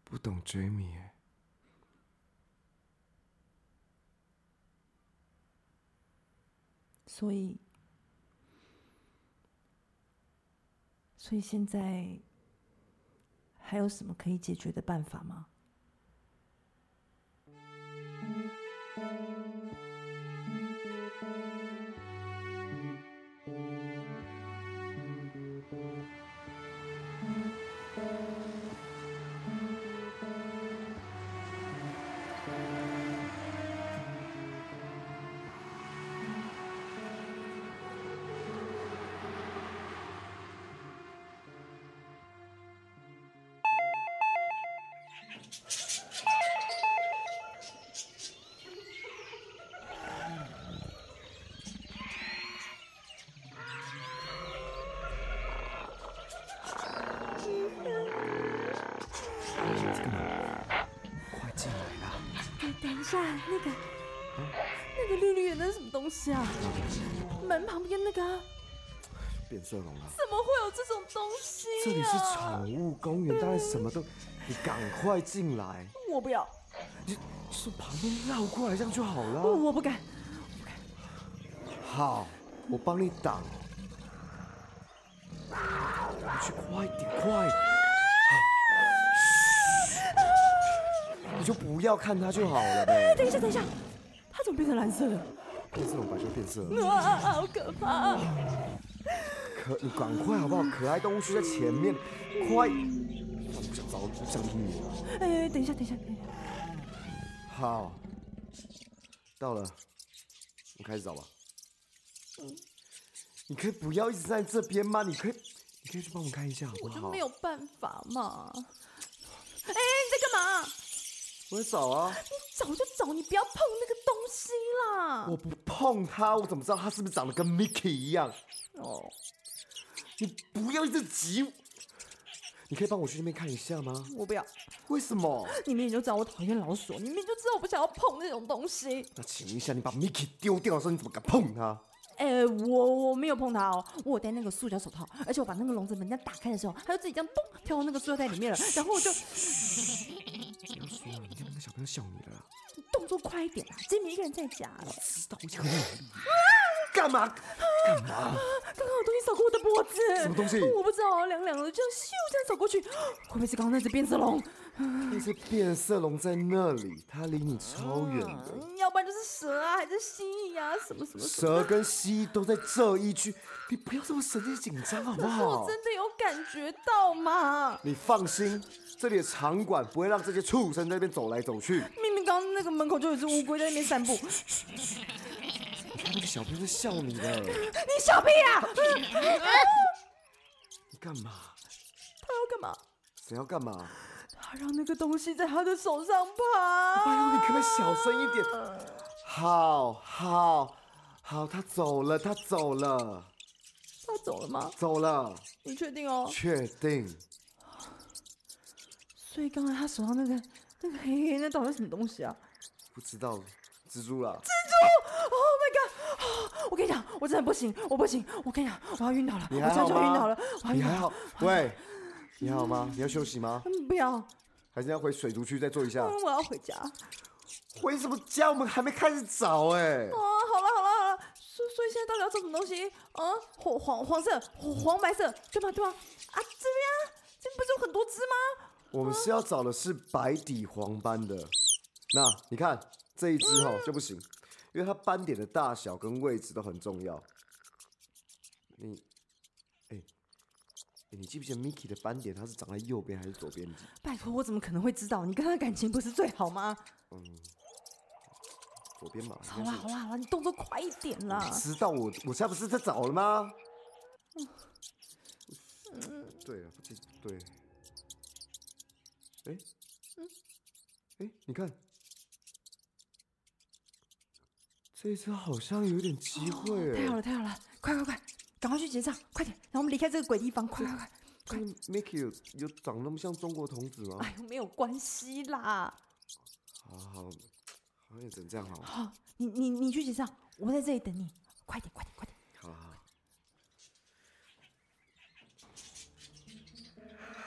Speaker 2: 不懂 Jamie 哎、
Speaker 3: 所以，所以现在还有什么可以解决的办法吗？
Speaker 2: 快进来啦！
Speaker 3: 等一下，那个那个绿绿的那是什么东西啊？门旁边那个啊、
Speaker 2: 变色龙了。
Speaker 3: 怎么会有这种东西、啊？
Speaker 2: 这里是宠物公园，当然什么都，你赶快进来，
Speaker 3: 我不要，
Speaker 2: 你你从旁边绕过来这样就好
Speaker 3: 不，
Speaker 2: 了。
Speaker 3: 我不敢。
Speaker 2: 好，我帮你挡。你去快点，快！好，嘘，你就不要看它就好了呗。
Speaker 3: 等一下，等一下，它怎么变成蓝色了？
Speaker 2: 变色龙本来就变色了。
Speaker 3: 啊，好可怕、
Speaker 2: 可你赶快好不好？可爱动物区在前面，快！我不想找，不想理你了。
Speaker 3: 哎，等一下，等一下，等一下，
Speaker 2: 好，到了，我开始找吧。你可以不要一直站在这边吗？你可以，你可以去帮我看一下好不
Speaker 3: 我
Speaker 2: 好？
Speaker 3: 就没有办法嘛。哎，你在干嘛？
Speaker 2: 我在找啊，
Speaker 3: 找就找，你不要碰那个东西啦。
Speaker 2: 我不碰它，我怎么知道它是不是长得跟 Mickey 一样？
Speaker 3: 哦，
Speaker 2: 你不要一直挤我。你可以帮我去那边看一下吗？
Speaker 3: 我不要。
Speaker 2: 为什么？
Speaker 3: 你明明就知道我讨厌老鼠，你明明就知道我不想要碰那种东西。
Speaker 2: 那请问一下，你把 Mickey 丢掉的时候，你怎么敢碰它？
Speaker 3: 哎，我我没有碰它哦，我有戴那个塑胶手套，而且我把那个笼子门这样打开的时候，它就自己这样咚跳到那个塑料袋里面了。然后我就
Speaker 2: 不要说了，你看那个小朋友笑你了啦。
Speaker 3: 动作快一点啦，今天一个人在家，
Speaker 2: 知道我已经很努力了。 (laughs) 干嘛？
Speaker 3: 刚刚有东西扫过我的脖子，
Speaker 2: 什么东西
Speaker 3: 我不知道，哦凉凉的，这样咻这样扫过去，会不会是刚刚那只变色龙？
Speaker 2: 那只变色龙在那里，它离你超远的。
Speaker 3: 嗯，要不然就是蛇啊，还是蜥蜴啊，什么什么什么。
Speaker 2: 蛇跟蜥蜴都在这一区，你不要这么神经紧张好不
Speaker 3: 可是我
Speaker 2: 好？
Speaker 3: 真的有感觉到嘛？
Speaker 2: 你放心，这里的场馆不会让这些畜生在那边走来走去。
Speaker 3: 明明刚刚那个门口就有一只乌龟在那边散步，
Speaker 2: 你看那个小朋友在笑你呢，
Speaker 3: 你小屁啊！嗯
Speaker 2: 你干嘛？
Speaker 3: 他要干嘛？
Speaker 2: 谁要干嘛？
Speaker 3: 他让那个东西在他的手上爬。
Speaker 2: 哎呦，你可不可以小声一点？好好好，他走了，他走了，
Speaker 3: 他走了吗？
Speaker 2: 走了，
Speaker 3: 你确定哦？
Speaker 2: 确定？
Speaker 3: 所以刚才他手上那个那个黑黑那到底是什么东西啊？
Speaker 2: 不知道，蜘蛛了。
Speaker 3: 我跟你讲，我真的不行，我不行，我跟你讲，我要晕倒了，我
Speaker 2: 你还
Speaker 3: 真的
Speaker 2: 好
Speaker 3: 就
Speaker 2: 吗？
Speaker 3: 要晕倒了，我要
Speaker 2: 你
Speaker 3: 晕
Speaker 2: 还
Speaker 3: 倒
Speaker 2: 好
Speaker 3: 了。？
Speaker 2: 喂，你还好吗？你要休息吗？
Speaker 3: 嗯，不要，
Speaker 2: 啊还是要回水族区再做一下？
Speaker 3: 嗯，我要回家。啊，
Speaker 2: 回什么家？我们还没开始找哎、
Speaker 3: 好了好了好了，所所以现在到底要做什么东西？啊，黄黄黄色，黄黄白色，对吧对吧？啊，这边啊，这边不是有很多只吗？
Speaker 2: 我们是要找的是白底黄斑的。那你看这一只哦就不行，因为它斑点的大小跟位置都很重要。你，哎、哎你记不记得 Mickey 的斑点它是长在右边还是左边？
Speaker 3: 拜托，我怎么可能会知道？你跟他的感情不是最好吗？
Speaker 2: 左边嘛。
Speaker 3: 好
Speaker 2: 应
Speaker 3: 啦
Speaker 2: 该是
Speaker 3: 好啦好啦，你动作快一点啦！
Speaker 2: 知道我，我现在不是在找了吗？对啊，不记对。哎，哎，你看，这一次好像有点机会
Speaker 3: 太好
Speaker 2: 哎。
Speaker 3: 了太好了，快快快，赶快去结账，快点，然后我们离开这个鬼地方，快快快！
Speaker 2: 但是 Mickey 有有长那么像中国童子吗？
Speaker 3: 哎呦，没有关系啦。
Speaker 2: 好好，好像只能这样好了。
Speaker 3: 好，哦你你你去结账，我在这里等你，快点快点快点！
Speaker 2: (laughs) 好好。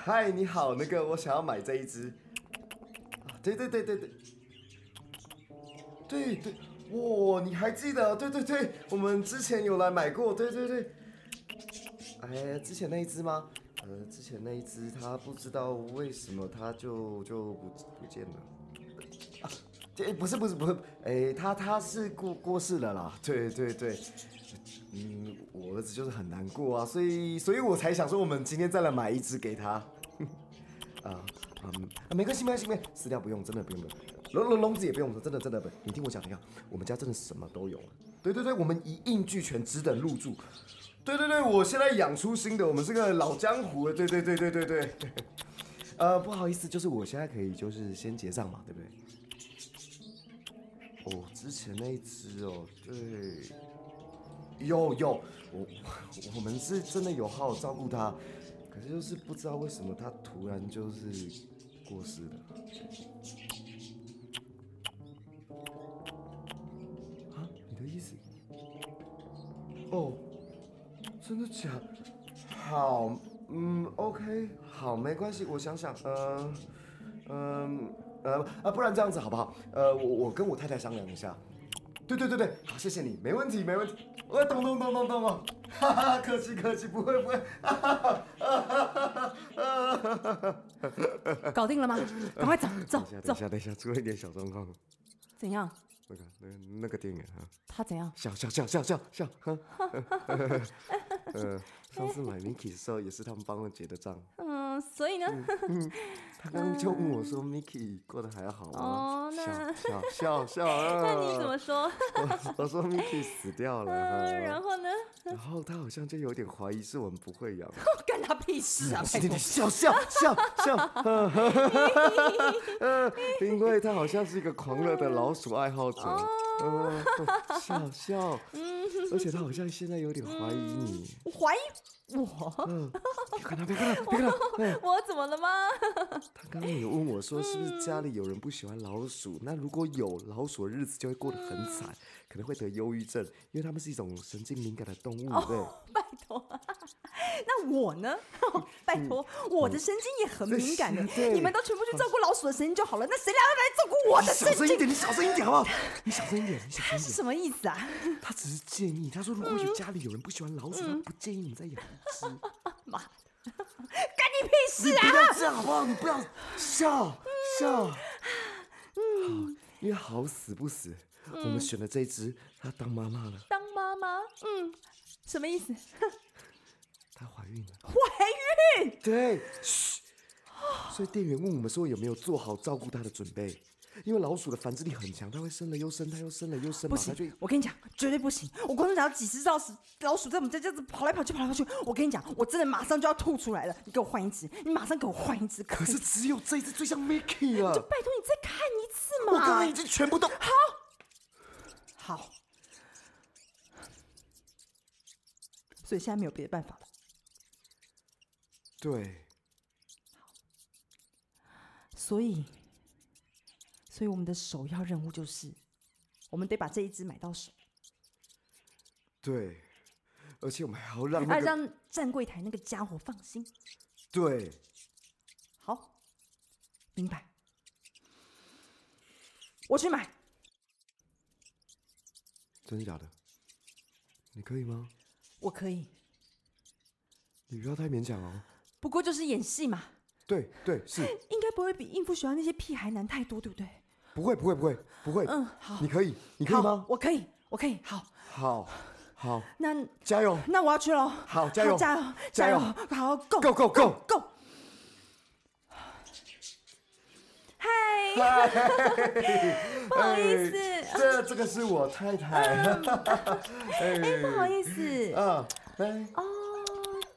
Speaker 2: 嗨，你好，那个我想要买这一只。啊，对对对对对，对对，哇，你还记得？对对对，我们之前有来买过，对对对。哎，之前那一只吗？呃，之前那一只，它不知道为什么它就就不不见了。啊，哎，不是不是不是，哎，它它是过过世了啦，对对对。嗯，我儿子就是很难过啊，所以所以我才想说，我们今天再来买一只给他。 (laughs) 啊嗯啊，没关系没关系没关系，撕掉不用，真的不用不用。笼笼笼子也不用，真的真的不用。你听我讲，你看我们家真的什么都有啊。对对对，我们一应俱全，只等入住。对对对，我现在养出新的，我们是个老江湖了。对对对对对对。 (laughs) 呃，不好意思，就是我现在可以就是先结账嘛，对不对？哦，之前那一只哦，对。有有，我我们是真的有好好照顾它，可是就是不知道为什么它突然就是过世了。啊，你的意思？哦，真的假？好，嗯，OK，好，没关系，我想想，嗯、嗯，呃，啊，不然这样子好不好？呃，我我跟我太太商量一下。对对对对，好，谢谢你，没问题没问题。我懂懂懂懂懂懂，哈哈，客气客气，不会不会，哈哈哈哈哈哈哈哈。
Speaker 3: 搞定了吗？赶快走走
Speaker 2: 等
Speaker 3: 走
Speaker 2: 一，下，等一下，出了一点小状况。
Speaker 3: 怎样？
Speaker 2: 那个，那个那个电影啊，
Speaker 3: 他怎样？
Speaker 2: 笑笑笑笑笑笑， (laughs) 哈，呃，上次买 Mickey 的时候也是他们帮我结的账，
Speaker 3: 嗯，所以呢，
Speaker 2: 他刚刚就问我说 Mickey 过得还好吗？
Speaker 3: 哦
Speaker 2: 笑
Speaker 3: 那
Speaker 2: 笑笑笑， (laughs) 啊
Speaker 3: 那 (laughs) 你怎么说？
Speaker 2: 我我说 Mickey 死掉了，
Speaker 3: 嗯， (laughs) 然
Speaker 2: 哈
Speaker 3: 后呢？
Speaker 2: (laughs) 然后他好像就有点怀疑是我们不会养，
Speaker 3: 干他屁
Speaker 2: (laughs)
Speaker 3: 事啊！拜
Speaker 2: 你
Speaker 3: 托
Speaker 2: 你，笑笑笑笑，呵呵呵 (laughs) 呃因为他好像是一个狂热的老鼠爱好者，
Speaker 3: 哦
Speaker 2: 嗯，笑笑，
Speaker 3: 嗯
Speaker 2: 而且他好像现在有点怀疑你，
Speaker 3: 我怀疑我，
Speaker 2: 嗯，别看他，别看他，别看他，哎，
Speaker 3: (laughs) 我怎么了吗？
Speaker 2: 他刚刚有问我说是不是家
Speaker 3: 嗯
Speaker 2: 里有人不喜欢老鼠，那如果有老鼠的日子就会过得很惨，可能会得忧郁症，因为它们是一种神经敏感的动物，对。
Speaker 3: (laughs) 拜托，那我呢？拜托，
Speaker 2: 嗯
Speaker 3: 我的神经也很敏感的，
Speaker 2: 对
Speaker 3: 你们都全部去照顾老鼠的神经就好了，那谁来来照顾我的
Speaker 2: 你小
Speaker 3: 神
Speaker 2: 声一
Speaker 3: 经？
Speaker 2: 点，你小声一点好不好？你小声一点，你小声一
Speaker 3: 是
Speaker 2: (laughs) 点。
Speaker 3: 什么意思啊？
Speaker 2: 他只是建议，他说如果有家里有人不喜欢老鼠，他不建议你再养
Speaker 3: (laughs)
Speaker 2: 一只。
Speaker 3: 妈的，干你屁事
Speaker 2: 你
Speaker 3: 啊！
Speaker 2: 不要这样好不好？你不要笑笑。好，因为好死不死，我们选了这只，她当妈妈了，
Speaker 3: 当妈妈，嗯，什么意思？
Speaker 2: 她怀孕了。
Speaker 3: 怀孕？
Speaker 2: 对，嘘。所以店员问我们说有没有做好照顾她的准备，因为老鼠的繁殖力很强，它会生了又生，它又生了又生
Speaker 3: 不
Speaker 2: 嘛，它就
Speaker 3: 行，我跟你讲，绝对不行！我光是想到几十只老鼠，老鼠在我们家这样子跑来跑去，跑来跑去，我跟你讲，我真的马上就要吐出来了！你给我换一只，你马上给我换一只！可
Speaker 2: 可是只有这一只最像 Mickey 了。
Speaker 3: 拜托你再看一次
Speaker 2: 我刚
Speaker 3: 嘛
Speaker 2: 刚已！经全部都
Speaker 3: 好，所以现在没有别的办法了。
Speaker 2: 对。
Speaker 3: 所以，所以我们的首要任务就是，我们得把这一只买到手，
Speaker 2: 对，而且我们还要让
Speaker 3: 啊，
Speaker 2: 那个
Speaker 3: 让站柜台那个家伙放心。
Speaker 2: 对，
Speaker 3: 好，明白。我去买。
Speaker 2: 真的假的？你可以吗？
Speaker 3: 我可以，
Speaker 2: 你不要太勉强哦。
Speaker 3: 不过就是演戏嘛，
Speaker 2: 对对，是
Speaker 3: 应该不会比应付学校那些屁孩难太多，对不对？
Speaker 2: 不会不会不会不会，
Speaker 3: 嗯，好，
Speaker 2: 你可以，你可以
Speaker 3: 好
Speaker 2: 吗？
Speaker 3: 我可以，我可以。好，
Speaker 2: 好，好，
Speaker 3: 那
Speaker 2: 加油
Speaker 3: 那我要去喽。
Speaker 2: 好加油
Speaker 3: 加油，
Speaker 2: 加油
Speaker 3: 好，Go
Speaker 2: ！Go go go！
Speaker 3: Go！嗨，
Speaker 2: 不
Speaker 3: 好意
Speaker 2: 哎
Speaker 3: 思嗯
Speaker 2: 这这个是我太太。
Speaker 3: 不好
Speaker 2: 哎，
Speaker 3: 意思
Speaker 2: 啊，哎，
Speaker 3: 哦，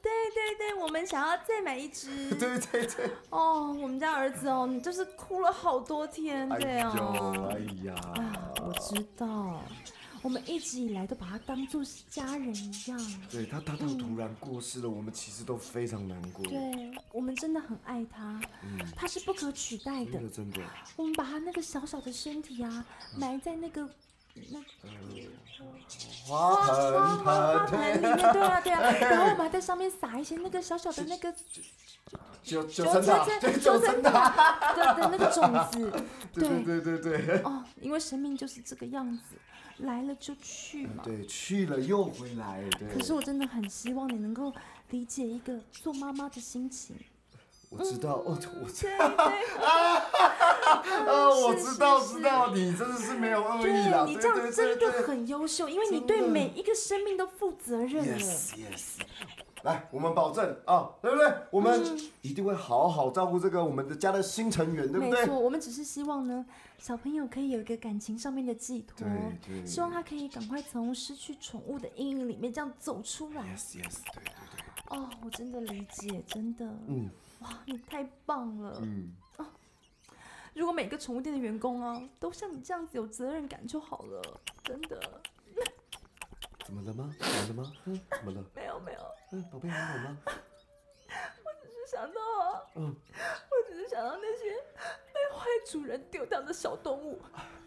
Speaker 3: 对对对，我们想要再买一只。
Speaker 2: 对对对，
Speaker 3: 哦，我们家儿子哦，你就是哭了好多天
Speaker 2: 哎
Speaker 3: 这
Speaker 2: 呦
Speaker 3: 样。，
Speaker 2: 哎呀，
Speaker 3: 我知道，我们一直以来都把他当做是家人一样。
Speaker 2: 对他他他突然过世了，我们其实都非常难过。
Speaker 3: 对我们真的很爱他，
Speaker 2: 嗯
Speaker 3: 他是不可取代的
Speaker 2: 真的。真的，
Speaker 3: 我们把他那个小小的身体啊，
Speaker 2: 嗯
Speaker 3: 埋在那个那
Speaker 2: 花
Speaker 3: 花
Speaker 2: 盆
Speaker 3: 花
Speaker 2: 哦盆。
Speaker 3: 盆里面，对啊对啊，然后我们还在上面撒一些那个小小的那个
Speaker 2: 九九层塔，对九
Speaker 3: 九
Speaker 2: 层
Speaker 3: 层
Speaker 2: 塔，
Speaker 3: (laughs) 塔的的那个种子，
Speaker 2: 对对对对对，
Speaker 3: 哦，因为生命就是这个样子，来了就去嘛。
Speaker 2: (laughs) 嗯对去了又回来，对。
Speaker 3: 可是我真的很希望你能够理解一个做妈妈的心情。
Speaker 2: 我知道，我我知 (laughs)
Speaker 3: 嗯对对。
Speaker 2: 道，我
Speaker 3: 是
Speaker 2: 知道
Speaker 3: 是
Speaker 2: 知道，你真的是没有恶意啦，
Speaker 3: 对
Speaker 2: 对
Speaker 3: 你这样
Speaker 2: 对对
Speaker 3: 真的
Speaker 2: 对。
Speaker 3: 很优秀，因为你对
Speaker 2: 真的
Speaker 3: 每一个生命都负责任了。
Speaker 2: Yes yes，来，我们保证啊，对不对？我们
Speaker 3: 嗯
Speaker 2: 一定会好好照顾这个我们的家的新成员，对不
Speaker 3: 没
Speaker 2: 对？
Speaker 3: 错，我们只是希望呢，小朋友可以有一个感情上面的寄托哦
Speaker 2: 对，对
Speaker 3: 希望他可以赶快从失去宠物的阴影里面这样走出来。
Speaker 2: Yes yes，对对对，
Speaker 3: 哦，我真的理解，真的，
Speaker 2: 嗯
Speaker 3: 哇，你太棒了！
Speaker 2: 嗯，
Speaker 3: 如果每个宠物店的员工啊，都像你这样子有责任感就好了，真的。
Speaker 2: 怎么了吗？怎么了吗？嗯，怎么了？
Speaker 3: 没有没有，
Speaker 2: 嗯，宝贝还好吗？
Speaker 3: 只是想到啊，
Speaker 2: 嗯，
Speaker 3: 我只是想到那些被怀害主人丢掉的小动物，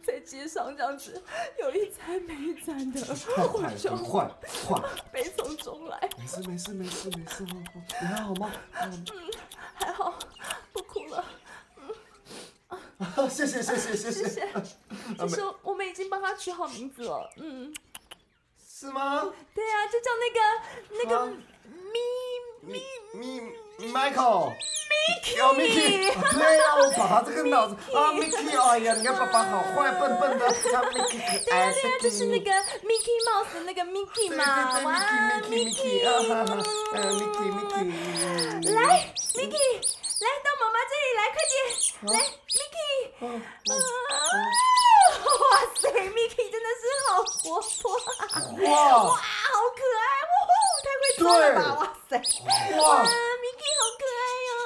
Speaker 3: 在街上这样子有一餐没一餐的，
Speaker 2: 快
Speaker 3: (laughs) 我
Speaker 2: 快
Speaker 3: 就
Speaker 2: 快快快！
Speaker 3: 悲从中来。
Speaker 2: 没事没事没事没事，我我你还好吗？
Speaker 3: 还好，不哭了，
Speaker 2: 啊谢谢谢谢谢谢，
Speaker 3: 谢谢。其实我们已经帮它取好名字了，嗯，
Speaker 2: 是吗？
Speaker 3: 对啊，就叫那个那个
Speaker 2: 啊
Speaker 3: 咪
Speaker 2: 咪咪 Michael。哦，Mickey，对啊，我把这个脑子啊，Mickey，哎呀，你看爸爸好坏，笨笨的，叫 Mickey，
Speaker 3: 对啊，对啊，就是那个 Mickey Mouse 的那个 Mickey
Speaker 2: 对
Speaker 3: 嘛，哇
Speaker 2: 对对，Mickey，Mickey，Mickey，啊哈哈，呃，Mickey，Mickey，
Speaker 3: 来，Mickey，来到妈妈这里来，快点，来，Mickey，
Speaker 2: 哦
Speaker 3: 啊哇塞，Mickey 真的是好活泼啊，
Speaker 2: 哇
Speaker 3: 哇，好可爱，哇哦，太会做了吧，
Speaker 2: 对
Speaker 3: 哇塞，哇
Speaker 2: 哇，
Speaker 3: ，Mickey 好可爱哦，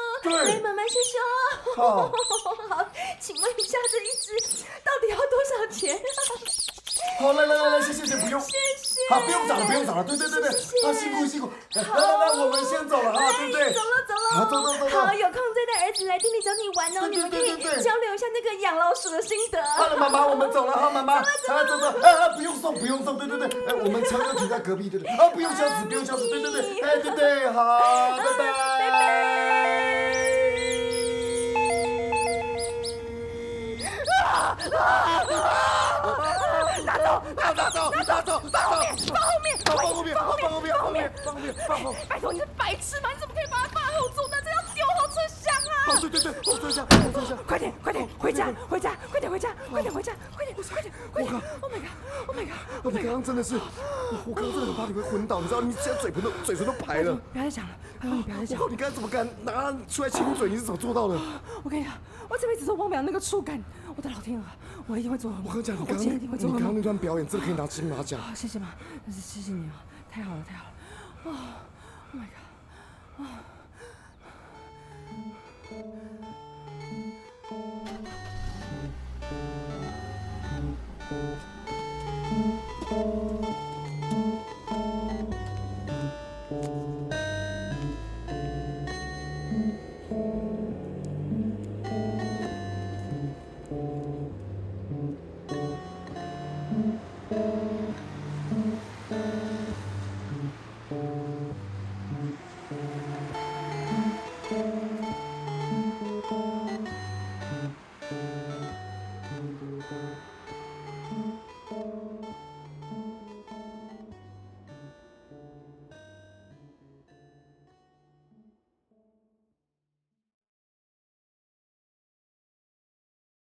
Speaker 2: 对
Speaker 3: 来，妈妈秀秀，
Speaker 2: 好，
Speaker 3: (laughs) 好，请问一下这一只到底要多少钱？ (laughs)
Speaker 2: 好，来来来来，谢谢谢，不用，
Speaker 3: 谢谢。
Speaker 2: 好，不用找了，不用找了，对对对对，啊，辛苦辛苦，来来来，我们先走了
Speaker 5: 哎
Speaker 2: 啊，对不对
Speaker 3: 走？了走了，
Speaker 2: 好走走走走
Speaker 3: 好，有空再带儿子来听你找你玩哦，
Speaker 2: 对对
Speaker 3: 你们可以
Speaker 2: 对对对
Speaker 3: 交流一下那个养老鼠的心得。
Speaker 2: 好了，妈妈，我们走了哈，妈妈，啊，走走，啊啊，不用送，不用送，对对对，哎，我们车就停在隔壁，对对，啊，不用消磁，不用消磁，对对对，哎，对对，好，拜拜，拜
Speaker 6: 拿走，拿走，拿走，放后面，放后面，放后面，放后面，放后面，放后面，
Speaker 5: 拜托，你是白痴吗？你怎么可以把它放在后座？那这要丢后车厢啊！
Speaker 2: 哦，对对对，后车厢，后车厢，
Speaker 5: 快点，快点，回家，回家，快点回家，快点回家，快点，快点，快点！Oh my god，Oh my god！
Speaker 2: 我刚刚真的是，我刚刚真的很怕你会昏倒，你知道，你现在嘴唇都嘴唇都白了。
Speaker 5: 不要再讲了，
Speaker 2: 啊
Speaker 5: 拜托你不要再讲了。
Speaker 2: 哇，你刚才怎么敢拿出来亲嘴？你是怎么做到的？
Speaker 5: 我跟你讲，我这辈子都忘不了那个触感。我的老天啊，我一定会做噩梦。
Speaker 2: 我跟你讲，你
Speaker 5: 我
Speaker 2: 刚
Speaker 5: 今
Speaker 2: 刚
Speaker 5: 天一定会
Speaker 2: 你
Speaker 5: 做噩
Speaker 2: 刚刚那
Speaker 5: 梦。
Speaker 2: 段表演真的可以拿金马奖。
Speaker 5: 啊，谢谢妈，但是谢谢你啊，太好了，太好了。哇、o h my god。
Speaker 2: 啊！